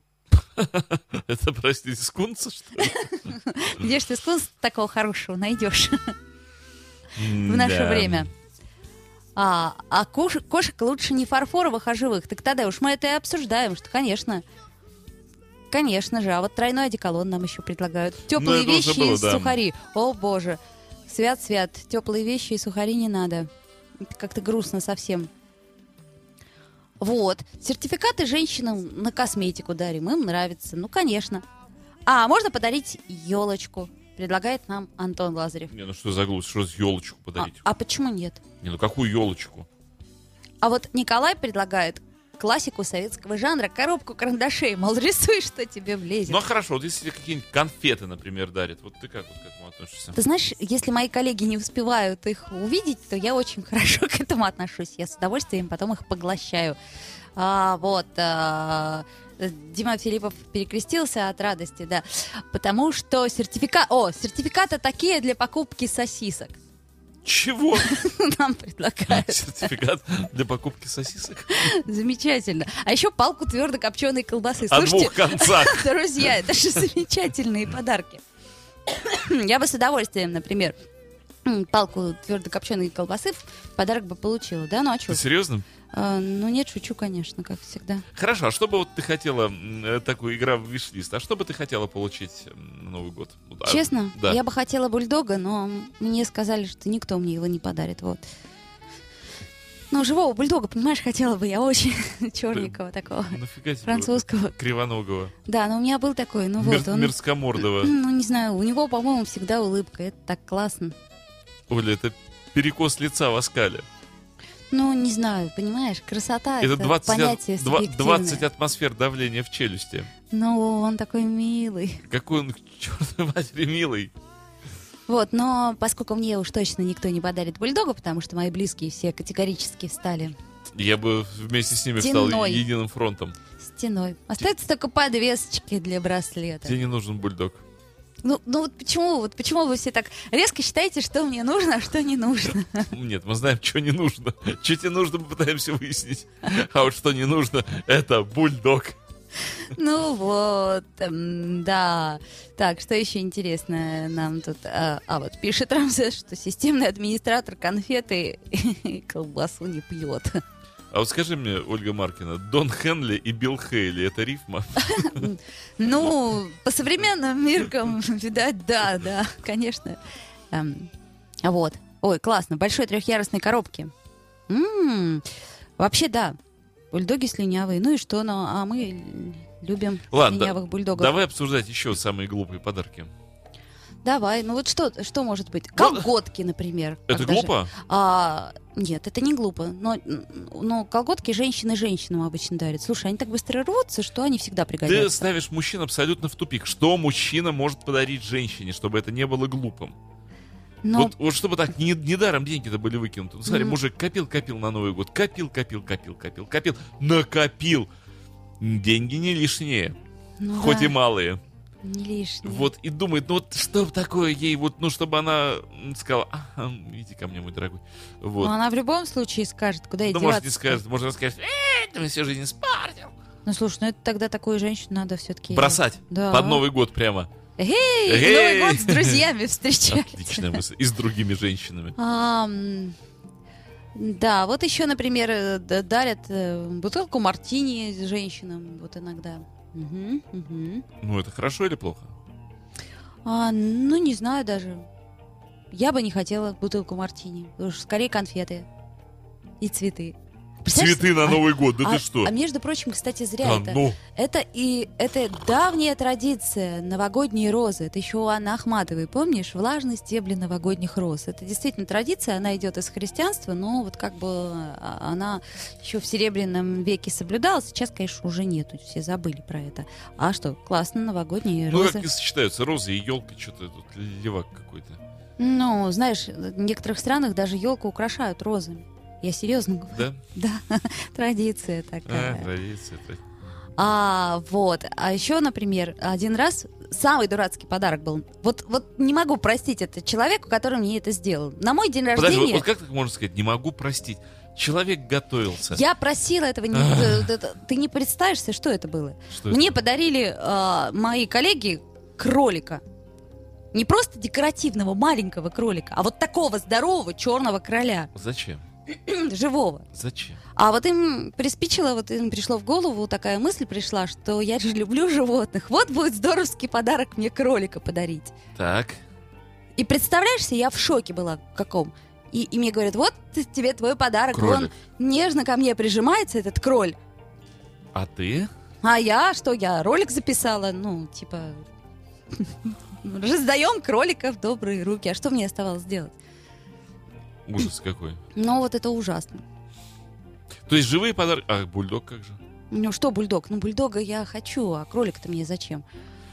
Speaker 3: Это, простите, скунца, что ли?
Speaker 4: Где ж ты скунс такого хорошего найдешь <laughs> в наше
Speaker 3: Да.
Speaker 4: время? А, а кошек, кошек лучше не фарфоровых, а живых. Так тогда уж мы это и обсуждаем, что, конечно, конечно же. А вот тройной одеколон нам еще предлагают.
Speaker 3: Ну,
Speaker 4: Теплые
Speaker 3: это уже
Speaker 4: вещи
Speaker 3: было,
Speaker 4: и
Speaker 3: да.
Speaker 4: сухари. О, боже. Свят-свят. Теплые вещи и сухари не надо. Это Как-то грустно совсем. Вот. Сертификаты женщинам на косметику дарим. Им нравится. Ну, конечно. А, можно подарить елочку. Предлагает нам Антон Лазарев.
Speaker 3: Не, ну что за глупость, что за елочку
Speaker 4: А,
Speaker 3: подарить?
Speaker 4: а почему нет?
Speaker 3: Не, ну какую елочку?
Speaker 4: А вот Николай предлагает классику советского жанра, коробку карандашей. Мол, рисуй, что тебе влезет.
Speaker 3: Ну а хорошо, вот если какие-нибудь конфеты, например, дарят, вот ты как вот к этому относишься?
Speaker 4: Ты знаешь, если мои коллеги не успевают их увидеть, то я очень хорошо к этому отношусь. Я с удовольствием потом их поглощаю. А, вот. а, Дима Филиппов перекрестился от радости, да. Потому что сертификат... О, сертификаты такие для покупки сосисок. <laughs>
Speaker 3: Чего?
Speaker 4: Нам предлагают.
Speaker 3: Сертификат для покупки сосисок?
Speaker 4: Замечательно. А еще палку твердо копченой колбасы.
Speaker 3: О
Speaker 4: Слушайте,
Speaker 3: двух
Speaker 4: <laughs>
Speaker 3: концах.
Speaker 4: Друзья, это же замечательные подарки. <coughs> Я бы с удовольствием, например, м, палку твердокопченой колбасы в подарок бы получила, да? Ну а что?
Speaker 3: Ты серьезно?
Speaker 4: ну нет, шучу, конечно, как всегда.
Speaker 3: Хорошо, а что бы вот ты хотела, м, э, такую игра в виш-лист, а что бы ты хотела получить м, на Новый год? Ну, да,
Speaker 4: Честно,
Speaker 3: Да.
Speaker 4: я бы хотела бульдога, но мне сказали, что никто мне его не подарит, вот. Ну, живого бульдога, понимаешь, хотела бы я очень <laughs> черненького такого,
Speaker 3: Нафига тебе
Speaker 4: французского.
Speaker 3: вот Кривоногого.
Speaker 4: Да, но у меня был такой, ну
Speaker 3: Мер-
Speaker 4: вот, он,
Speaker 3: Мерзкомордого.
Speaker 4: <laughs> ну не знаю, у него, по-моему, всегда улыбка, это так классно.
Speaker 3: Оля, это перекос лица в оскале.
Speaker 4: Ну, не знаю, понимаешь, красота А, это,
Speaker 3: Это 20, ат-
Speaker 4: понятие
Speaker 3: два-
Speaker 4: субъективное.
Speaker 3: 20 атмосфер давления в челюсти.
Speaker 4: Ну, он такой милый.
Speaker 3: Какой он, <laughs> черт матери, милый.
Speaker 4: Вот, но поскольку мне уж точно никто не подарит бульдога, потому что мои близкие все категорически встали
Speaker 3: Я бы вместе с ними встал
Speaker 4: Стеной.
Speaker 3: единым фронтом.
Speaker 4: стеной. Остаются только подвесочки для браслета.
Speaker 3: Тебе не нужен бульдог.
Speaker 4: Ну, ну вот почему, вот почему вы все так резко считаете, что мне нужно, а что не нужно?
Speaker 3: Ну, Нет, мы знаем, что не нужно. <laughs> Что тебе нужно, мы пытаемся выяснить. А вот что не нужно, это бульдог.
Speaker 4: Ну вот, эм, да. Так, что еще интересно нам тут? А, а вот пишет Рамзес, что системный администратор конфеты <laughs> и колбасу не пьет.
Speaker 3: А вот скажи мне, Ольга Маркина, Дон Хенли и Билл Хейли это рифма?
Speaker 4: Ну, по современным меркам, <laughs> видать, да, да, конечно. Эм, а вот. Ой, классно. Большой трехъярусной коробки. М, Вообще, да. Бульдоги слюнявые. Ну и что? Ну, а мы любим
Speaker 3: Ладно,
Speaker 4: слюнявых бульдогов.
Speaker 3: Давай обсуждать еще самые глупые подарки.
Speaker 4: Давай, ну вот что, что может быть? Колготки, например.
Speaker 3: Ну, Это
Speaker 4: Когда же-
Speaker 3: глупо?
Speaker 4: А, нет, это не глупо. Но, но колготки женщины женщинам обычно дарят. Слушай, они так быстро рвутся, что они всегда
Speaker 3: Ты
Speaker 4: пригодятся.
Speaker 3: ставишь мужчин абсолютно в тупик. Что мужчина может подарить женщине, чтобы это не было глупым?
Speaker 4: Но
Speaker 3: Вот, вот чтобы так не- недаром деньги-то были выкинуты. Ну, смотри,
Speaker 4: Ну, Мгм.
Speaker 3: мужик копил-копил на Новый год. Копил, копил, копил, копил, копил. Накопил. Деньги не лишние,
Speaker 4: ну
Speaker 3: хоть
Speaker 4: да,
Speaker 3: и малые.
Speaker 4: не лишнее.
Speaker 3: Вот и думает, ну вот что б такое ей, вот, ну чтобы она м, сказала, «Ага, иди ко мне, мой дорогой. Вот.
Speaker 4: Но Ну, она в любом случае скажет, куда я
Speaker 3: ну, может,
Speaker 4: деваться.
Speaker 3: не скажет, может, она скажет, э, ты мне всю жизнь испортил.
Speaker 4: Ну слушай, ну это тогда такую женщину надо все-таки.
Speaker 3: Бросать
Speaker 4: Да.
Speaker 3: под Новый год прямо. Эй!
Speaker 4: Эй, Новый год с друзьями встречать.
Speaker 3: Отличная мысль. И с другими женщинами.
Speaker 4: Ам, Да, вот еще, например, э, д- дарят э, бутылку мартини женщинам вот иногда. Мгм, мгм.
Speaker 3: Ну, это хорошо или плохо?
Speaker 4: А, ну, не знаю даже. Я бы не хотела бутылку мартини. Уж скорее конфеты и цветы. Представляешь,
Speaker 3: Цветы на
Speaker 4: а-
Speaker 3: Новый год, да
Speaker 4: а,
Speaker 3: ты что?
Speaker 4: А между прочим, кстати, зря
Speaker 3: Да
Speaker 4: это.
Speaker 3: ну.
Speaker 4: Это и это давняя традиция новогодние розы. Это еще у Анны Ахматовой, помнишь, влажные стебли новогодних роз. Это действительно традиция, она идет из христианства, но вот как бы а, она еще в серебряном веке соблюдалась. Сейчас, конечно, уже нету, все забыли про это. А что, классно новогодние
Speaker 3: Ну,
Speaker 4: розы.
Speaker 3: как не сочетаются розы и елка, что-то тут левак какой-то.
Speaker 4: Ну, знаешь, в некоторых странах даже елку украшают розами. Я серьезно говорю.
Speaker 3: Да?
Speaker 4: Да, традиция
Speaker 3: А,
Speaker 4: такая.
Speaker 3: традиция, традиция.
Speaker 4: А, вот. А еще, например, один раз самый дурацкий подарок был. Вот, вот не могу простить это человеку, который мне это сделал. На мой день
Speaker 3: Подожди, вот,
Speaker 4: рождения
Speaker 3: вот как так можно сказать? Не могу простить. Человек готовился.
Speaker 4: я просила этого. не- э, э, э, Ты не представишься, что это было.
Speaker 3: Что это?
Speaker 4: Мне подарили э, мои коллеги кролика. Не просто декоративного маленького кролика, а вот такого здорового черного короля, <clears throat>
Speaker 3: Зачем?
Speaker 4: живого.
Speaker 3: Зачем?
Speaker 4: А вот им приспичило, вот им пришло в голову такая мысль пришла, что я же люблю животных. Вот будет здоровский подарок мне кролика подарить.
Speaker 3: Так.
Speaker 4: И представляешься, я в шоке была каком. И, и мне говорят, вот т- тебе твой подарок.
Speaker 3: Кролик.
Speaker 4: Он нежно ко мне прижимается, этот кроль.
Speaker 3: А ты?
Speaker 4: А я что, я ролик записала? Ну, типа, <laughs> раздаем кролика в добрые руки. А что мне оставалось делать?
Speaker 3: Ужас какой.
Speaker 4: Ну, вот это ужасно.
Speaker 3: То есть живые подарки... А, бульдог как же?
Speaker 4: Ну что, бульдог? Ну, бульдога я хочу, а кролик-то мне зачем?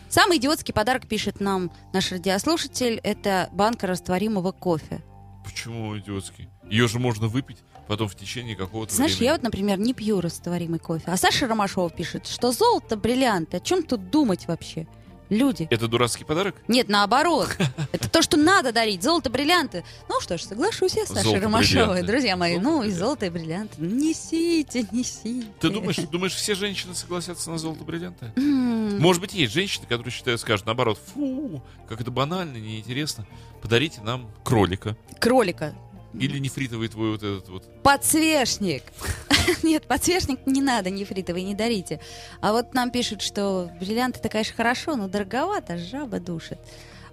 Speaker 4: Самый идиотский подарок пишет нам наш радиослушатель. Это банка растворимого кофе.
Speaker 3: Почему идиотский? Ее же можно выпить потом в течение какого-то
Speaker 4: Знаешь, я
Speaker 3: времени.
Speaker 4: вот, например, не пью растворимый кофе. А Саша Ромашова пишет, что золото, бриллианты. О чем тут думать вообще? Люди.
Speaker 3: Это дурацкий подарок?
Speaker 4: Нет, наоборот.
Speaker 3: <laughs>
Speaker 4: Это то, что надо дарить. Золото, бриллианты. Ну что ж, соглашусь я с Сашей
Speaker 3: Золото,
Speaker 4: Ромашовой,
Speaker 3: бриллианты.
Speaker 4: друзья мои.
Speaker 3: Золото,
Speaker 4: Ну и
Speaker 3: бриллианты.
Speaker 4: золото и бриллианты. Несите, несите.
Speaker 3: Ты думаешь, думаешь, все женщины согласятся на золото бриллианты?
Speaker 4: М,
Speaker 3: Может быть, есть женщины, которые считают, скажут наоборот, фу, как это банально, неинтересно. Подарите нам кролика.
Speaker 4: Кролика.
Speaker 3: Или нефритовый твой вот этот вот.
Speaker 4: Подсвечник. <laughs> Нет, подсвечник не надо, нефритовый, не дарите. А вот нам пишут, что бриллианты это, конечно, хорошо, но дороговато, жаба душит.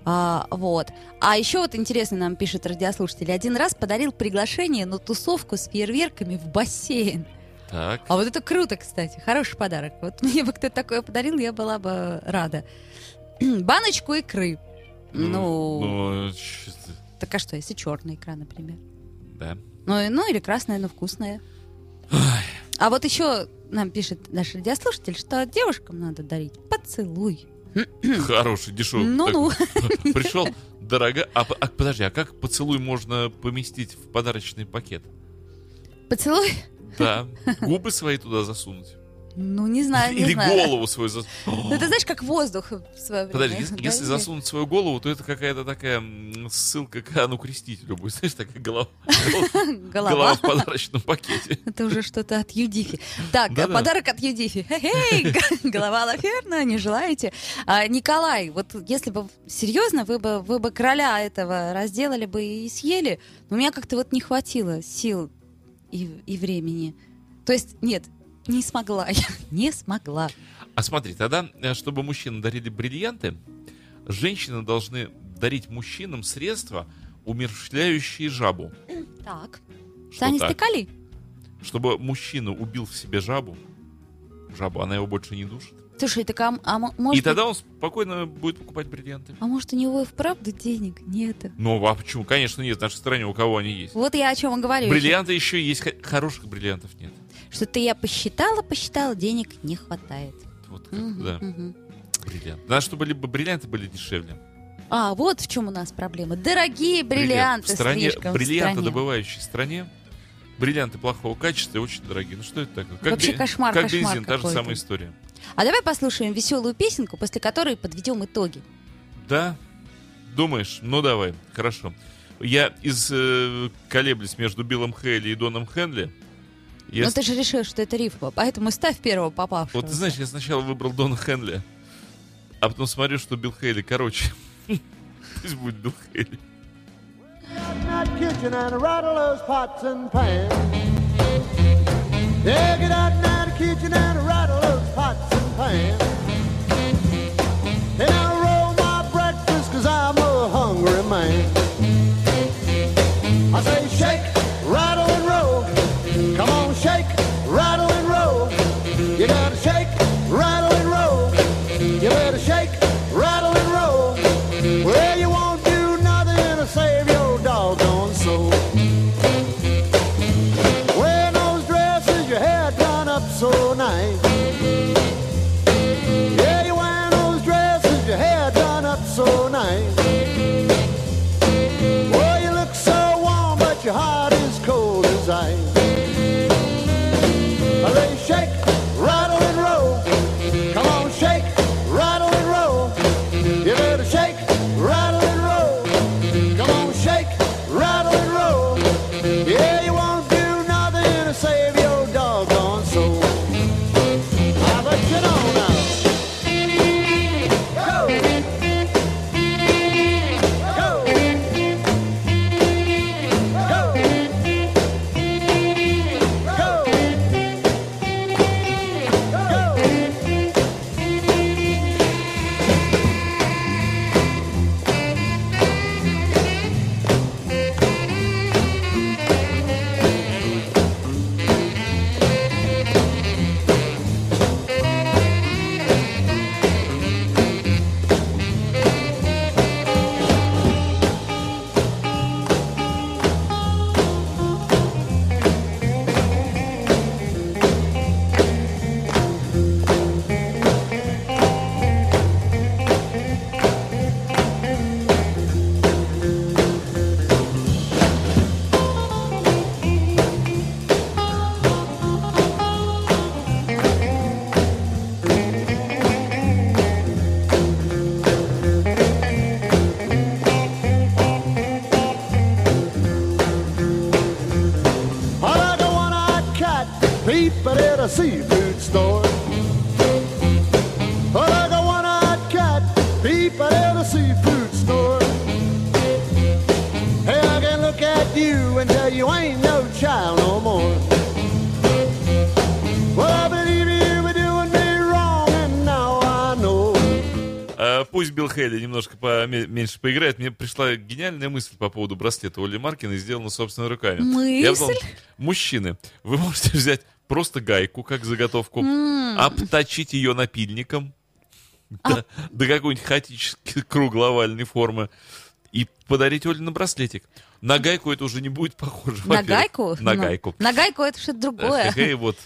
Speaker 4: А, вот. А еще вот интересно нам пишет радиослушатель. Один раз подарил приглашение на тусовку с фейерверками в бассейн.
Speaker 3: Так.
Speaker 4: А вот это круто, кстати. Хороший подарок. Вот <laughs> мне бы кто-то такое подарил, я была бы рада. <clears throat> Баночку икры. Ну,
Speaker 3: Ну, э, чё ты,
Speaker 4: так а что, если черная икра, например?
Speaker 3: да.
Speaker 4: Ну, и- ну или красное, но вкусное. А вот еще нам пишет наш радиослушатель, что девушкам надо дарить поцелуй. Хм.
Speaker 3: Хороший, дешевый.
Speaker 4: Ну-ну. ну.
Speaker 3: такой. <laughs> Пришел, дорога. А, п- а подожди, а как поцелуй можно поместить в подарочный
Speaker 4: <laughs>
Speaker 3: пакет?
Speaker 4: Поцелуй?
Speaker 3: Да. Губы свои туда засунуть.
Speaker 4: Ну, не знаю, не
Speaker 3: Или
Speaker 4: знаю.
Speaker 3: голову свою засунуть.
Speaker 4: Ну, это знаешь, как воздух в свое время.
Speaker 3: Подожди, если, если
Speaker 4: дарили.
Speaker 3: засунуть свою голову, то это какая-то такая м, ссылка к Анну Крестителю будет. <laughs> Знаешь, такая голова,
Speaker 4: <laughs> Голова.
Speaker 3: голова в подарочном пакете.
Speaker 4: Это уже что-то от Юдифи. Так,
Speaker 3: Да-да.
Speaker 4: подарок от Юдифи. Хе-хей, г- голова лаферна, не желаете? А, Николай, вот если бы серьезно, вы бы, вы бы короля этого разделали бы и съели, но у меня как-то вот не хватило сил и, и времени. То есть, нет, не смогла я, не смогла.
Speaker 3: А смотри, тогда, э, чтобы мужчины дарили бриллианты, женщины должны дарить мужчинам средства, умерщвляющие жабу.
Speaker 4: Так,
Speaker 3: Что
Speaker 4: Саня,
Speaker 3: так?
Speaker 4: стыкали?
Speaker 3: Чтобы мужчина убил в себе жабу, жабу, она его больше не душит.
Speaker 4: Слушай, так а, м- а м- может...
Speaker 3: и тогда он спокойно будет покупать бриллианты.
Speaker 4: А может, у него и вправду денег нет?
Speaker 3: Ну, а почему? Конечно, нет, в нашей стране у кого они есть.
Speaker 4: Вот я о чем и говорю.
Speaker 3: Бриллианты еще есть, хо- хороших бриллиантов нет.
Speaker 4: Что-то я посчитала, посчитала, денег не хватает.
Speaker 3: Вот как,
Speaker 4: Мгм,
Speaker 3: да,
Speaker 4: мгм.
Speaker 3: бриллиант. Надо, чтобы либо бриллианты были дешевле.
Speaker 4: А, вот в чем у нас проблема. Дорогие
Speaker 3: Бриллиант.
Speaker 4: бриллианты
Speaker 3: в стране,
Speaker 4: слишком в
Speaker 3: бриллианты
Speaker 4: стране.
Speaker 3: добывающей стране, бриллианты плохого качества и очень дорогие. Ну что это такое? Как
Speaker 4: Вообще
Speaker 3: бе-
Speaker 4: кошмар,
Speaker 3: Как
Speaker 4: кошмар
Speaker 3: бензин, та же
Speaker 4: какой-то.
Speaker 3: самая история.
Speaker 4: А давай послушаем веселую песенку, после которой подведем итоги.
Speaker 3: Да? Думаешь? Ну давай, хорошо. Я из э, колеблюсь между Биллом Хейли и Доном Хенли. Я
Speaker 4: Но
Speaker 3: с-
Speaker 4: Ну, ты же решил, что это рифма, поэтому ставь первого попавшего.
Speaker 3: Вот ты знаешь, я сначала выбрал Дона Хенли, а потом смотрю, что Билл Хейли короче. <laughs> Пусть будет Билл Хейли.
Speaker 6: that kitchen and rattle those pots and pans. Yeah, get out in that kitchen and rattle those pots and pans. And I'll roll my breakfast cause I'm a hungry man. I say shake, rattle and roll. Come on, shake, rattle and roll. You gotta shake, rattle and roll. You better shake, rattle and roll. Well, you won't do nothing to save your doggone soul. Wearing those dresses you had done up so nice. keep it at a seafood store. Like a one-eyed cat, peep it at a seafood store. Hey, I can look at you and tell you ain't no child no more. Well, I believe you were doing me wrong, and now I know.
Speaker 3: А, Пусть Билл Хейли немножко поме- меньше поиграет. Мне пришла гениальная мысль по поводу браслета Оли Маркина, сделана собственными руками. Я взял-
Speaker 4: Мысль?
Speaker 3: Мужчины, вы можете взять просто гайку как заготовку, обточить ее напильником
Speaker 4: А
Speaker 3: да, до какой-нибудь хаотически кругловальной формы и подарить Оле на браслетик. На гайку это уже не будет похоже.
Speaker 4: На
Speaker 3: во-первых.
Speaker 4: гайку?
Speaker 3: На
Speaker 4: Ну,
Speaker 3: гайку. Э,
Speaker 4: На гайку это что-то другое.
Speaker 3: Такая вот.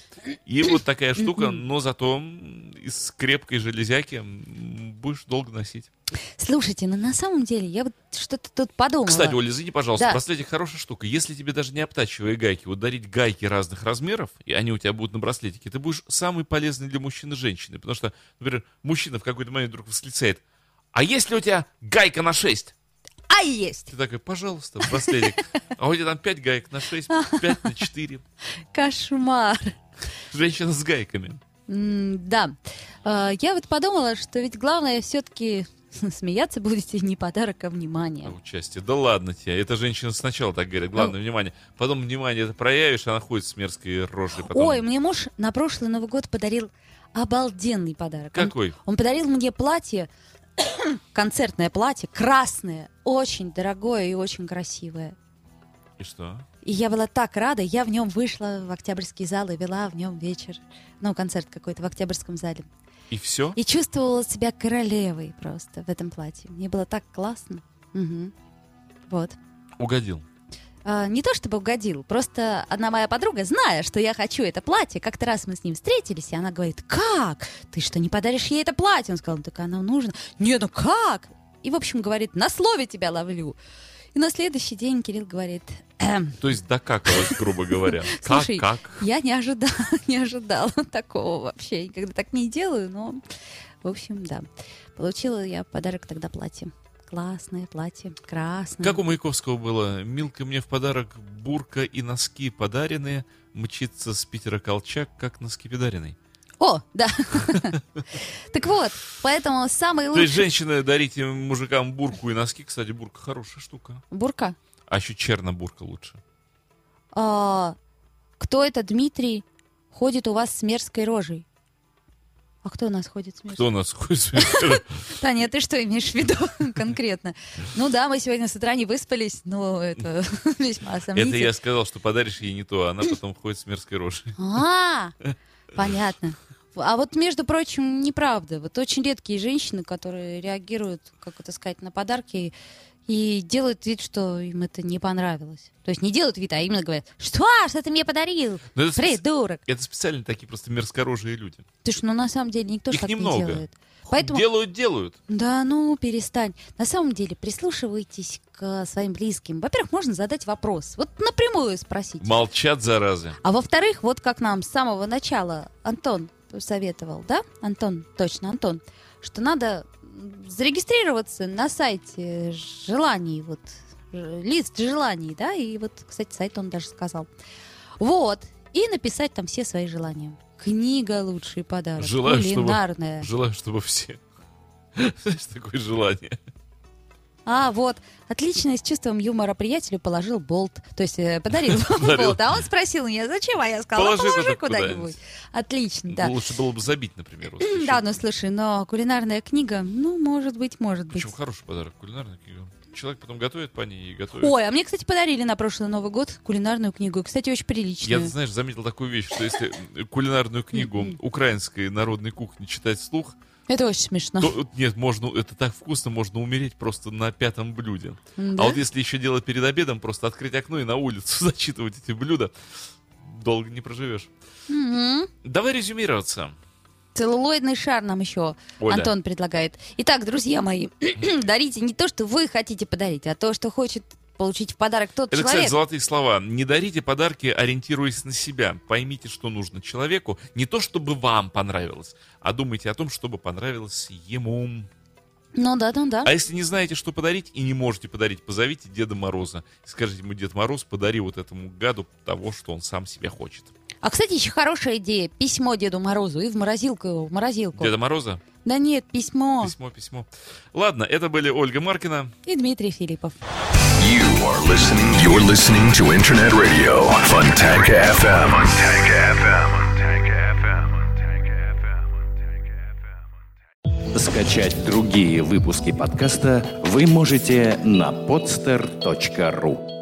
Speaker 3: И вот такая штука, но зато м, из крепкой железяки м, будешь долго носить.
Speaker 4: <laughs> Слушайте, ну на самом деле я вот что-то тут подумала.
Speaker 3: Кстати, Оля, извини, пожалуйста,
Speaker 4: Да.
Speaker 3: браслетик хорошая штука. Если тебе даже не обтачивая гайки, вот дарить гайки разных размеров, и они у тебя будут на браслетике, ты будешь самый полезный для мужчины и женщины. Потому что, например, мужчина в какой-то момент вдруг восклицает, а если у тебя гайка на 6?
Speaker 4: А есть!
Speaker 3: Ты такой, пожалуйста, браслетик. А у тебя там 5 гаек на 6, 5 на 4.
Speaker 4: Кошмар!
Speaker 3: Женщина с гайками.
Speaker 4: М, Да. Э, Я вот подумала, что ведь главное все-таки <laughs> смеяться будете не подарок, а внимание.
Speaker 3: на участие. Да ладно тебе. Эта женщина сначала так говорит. Главное,
Speaker 4: Ну.
Speaker 3: внимание. Потом внимание это проявишь, она ходит с мерзкой рожей. Потом.
Speaker 4: Ой, мне муж на прошлый Новый год подарил обалденный подарок. Он-
Speaker 3: Какой?
Speaker 4: Он, подарил мне платье, <coughs> концертное платье, красное, очень дорогое и очень красивое.
Speaker 3: И что?
Speaker 4: И я была так рада, я в нем вышла в октябрьский зал и вела в нем вечер, ну, концерт какой-то в октябрьском зале.
Speaker 3: И все?
Speaker 4: И чувствовала себя королевой просто в этом платье. Мне было так классно. Мгм. Вот.
Speaker 3: Угодил.
Speaker 4: А, Не то чтобы угодил, просто одна моя подруга, зная, что я хочу это платье, как-то раз мы с ним встретились, и она говорит, как? Ты что, не подаришь ей это платье? Он сказал, ну так оно нужно. Не, ну как? И, в общем, говорит, на слове тебя ловлю. И на следующий день Кирилл говорит, «Эм,
Speaker 3: То есть докакалась, грубо
Speaker 4: <laughs>
Speaker 3: говоря.
Speaker 4: слушай,
Speaker 3: как, как?
Speaker 4: я не ожидала, <laughs> не ожидала такого вообще, я никогда так не делаю, но, в общем, да. Получила я в подарок тогда платье. Классное платье, красное.
Speaker 3: Как у Маяковского было? Милка мне в подарок бурка и носки подаренные, мчится с Питера Колчак, как на скипидаренной.
Speaker 4: О, да. <laughs> Так вот, поэтому самый
Speaker 3: То есть
Speaker 4: лучший...
Speaker 3: женщины дарите мужикам бурку и носки. Кстати, бурка хорошая штука.
Speaker 4: Бурка.
Speaker 3: А еще чернобурка лучше.
Speaker 4: А, Кто это, Дмитрий, ходит у вас с мерзкой рожей? А кто у нас ходит с мерзкой?
Speaker 3: Кто у нас ходит с Питера?
Speaker 4: Таня, ты что имеешь в виду <laughs> конкретно? Ну да, мы сегодня с утра не выспались, но это <laughs>
Speaker 3: Это
Speaker 4: весьма
Speaker 3: я
Speaker 4: сомнительно.
Speaker 3: сказал, что подаришь ей не то, а она потом ходит с мерзкой рожей.
Speaker 4: А, понятно. А вот, между прочим, неправда. Вот очень редкие женщины, которые реагируют, как это сказать, на подарки и делают вид, что им это не понравилось. То есть не делают вид, а именно говорят, что, что ты мне подарил?
Speaker 3: Ну, это спец-
Speaker 4: Придурок.
Speaker 3: Это специально такие просто мерзкорожие люди.
Speaker 4: Ты ж, ну на самом деле никто ж
Speaker 3: Их
Speaker 4: так
Speaker 3: немного.
Speaker 4: не делает. Поэтому,
Speaker 3: Делают, делают.
Speaker 4: да ну, перестань. На самом деле, прислушивайтесь к э, своим близким. Во-первых, можно задать вопрос. Вот напрямую спросить.
Speaker 3: Молчат, заразы.
Speaker 4: А во-вторых, вот как нам с самого начала Антон советовал, да? Антон, точно, Антон, что надо м, зарегистрироваться на сайте желаний, вот, ж- лист желаний, да, и вот, кстати, сайт он даже сказал. Вот, и написать там все свои желания. Книга лучший подарок,
Speaker 3: Желаю, чтобы-
Speaker 4: кулинарная.
Speaker 3: Желаю, чтобы все. <laughs> Знаешь, такое желание.
Speaker 4: А, вот. Отлично, с чувством юмора приятелю положил болт. То есть э,
Speaker 3: <laughs>
Speaker 4: подарил
Speaker 3: Подарил.
Speaker 4: болт. А он спросил меня, зачем? А я сказала,
Speaker 3: Положи
Speaker 4: положи
Speaker 3: туда
Speaker 4: куда-нибудь.
Speaker 3: куда-нибудь.
Speaker 4: Отлично, да.
Speaker 3: Ну, Лучше было бы забить, например. вот еще.
Speaker 4: Да, ну слушай, но кулинарная книга, ну, может быть, может быть.
Speaker 3: Причем хороший подарок кулинарный. книга. Человек потом готовит по ней и готовит.
Speaker 4: Ой, а мне, кстати, подарили на прошлый Новый год кулинарную книгу. И, Кстати, очень
Speaker 3: Я, ты
Speaker 4: приличную.
Speaker 3: знаешь, заметил такую вещь, что если кулинарную книгу украинской народной кухни читать вслух,
Speaker 4: Это очень смешно.
Speaker 3: то нет, можно, это так вкусно, можно умереть просто на пятом блюде. А
Speaker 4: М, да?
Speaker 3: вот если еще делать перед обедом, просто открыть окно и на улицу <laughs> зачитывать эти блюда, долго не проживешь.
Speaker 4: Мгм.
Speaker 3: Давай резюмироваться.
Speaker 4: Целлулоидный шар нам еще
Speaker 3: Оля.
Speaker 4: Антон предлагает. Итак, друзья мои, <clears throat> дарите не то, что вы хотите подарить, а то, что хочет получить в подарок тот
Speaker 3: Это,
Speaker 4: человек.
Speaker 3: кстати, золотые слова. Не дарите подарки, ориентируясь на себя. Поймите, что нужно человеку. Не то, чтобы вам понравилось, а думайте о том, чтобы понравилось ему.
Speaker 4: Ну да, ну да.
Speaker 3: А если не знаете, что подарить и не можете подарить, позовите Деда Мороза. Скажите ему, Дед Мороз, подари вот этому гаду того, что он сам себе хочет.
Speaker 4: А, кстати, еще хорошая идея. Письмо Деду Морозу и в морозилку его, в морозилку.
Speaker 3: Деда Мороза?
Speaker 4: Да нет, письмо.
Speaker 3: Письмо, письмо. Ладно, это были Ольга Маркина.
Speaker 4: И Дмитрий Филиппов.
Speaker 2: You are listening. You're listening to Internet Radio Funtank FM. Funtank FM. Funtank FM. Funtank FM. Funtank FM.
Speaker 1: Скачать другие выпуски подкаста вы можете на podster.ru.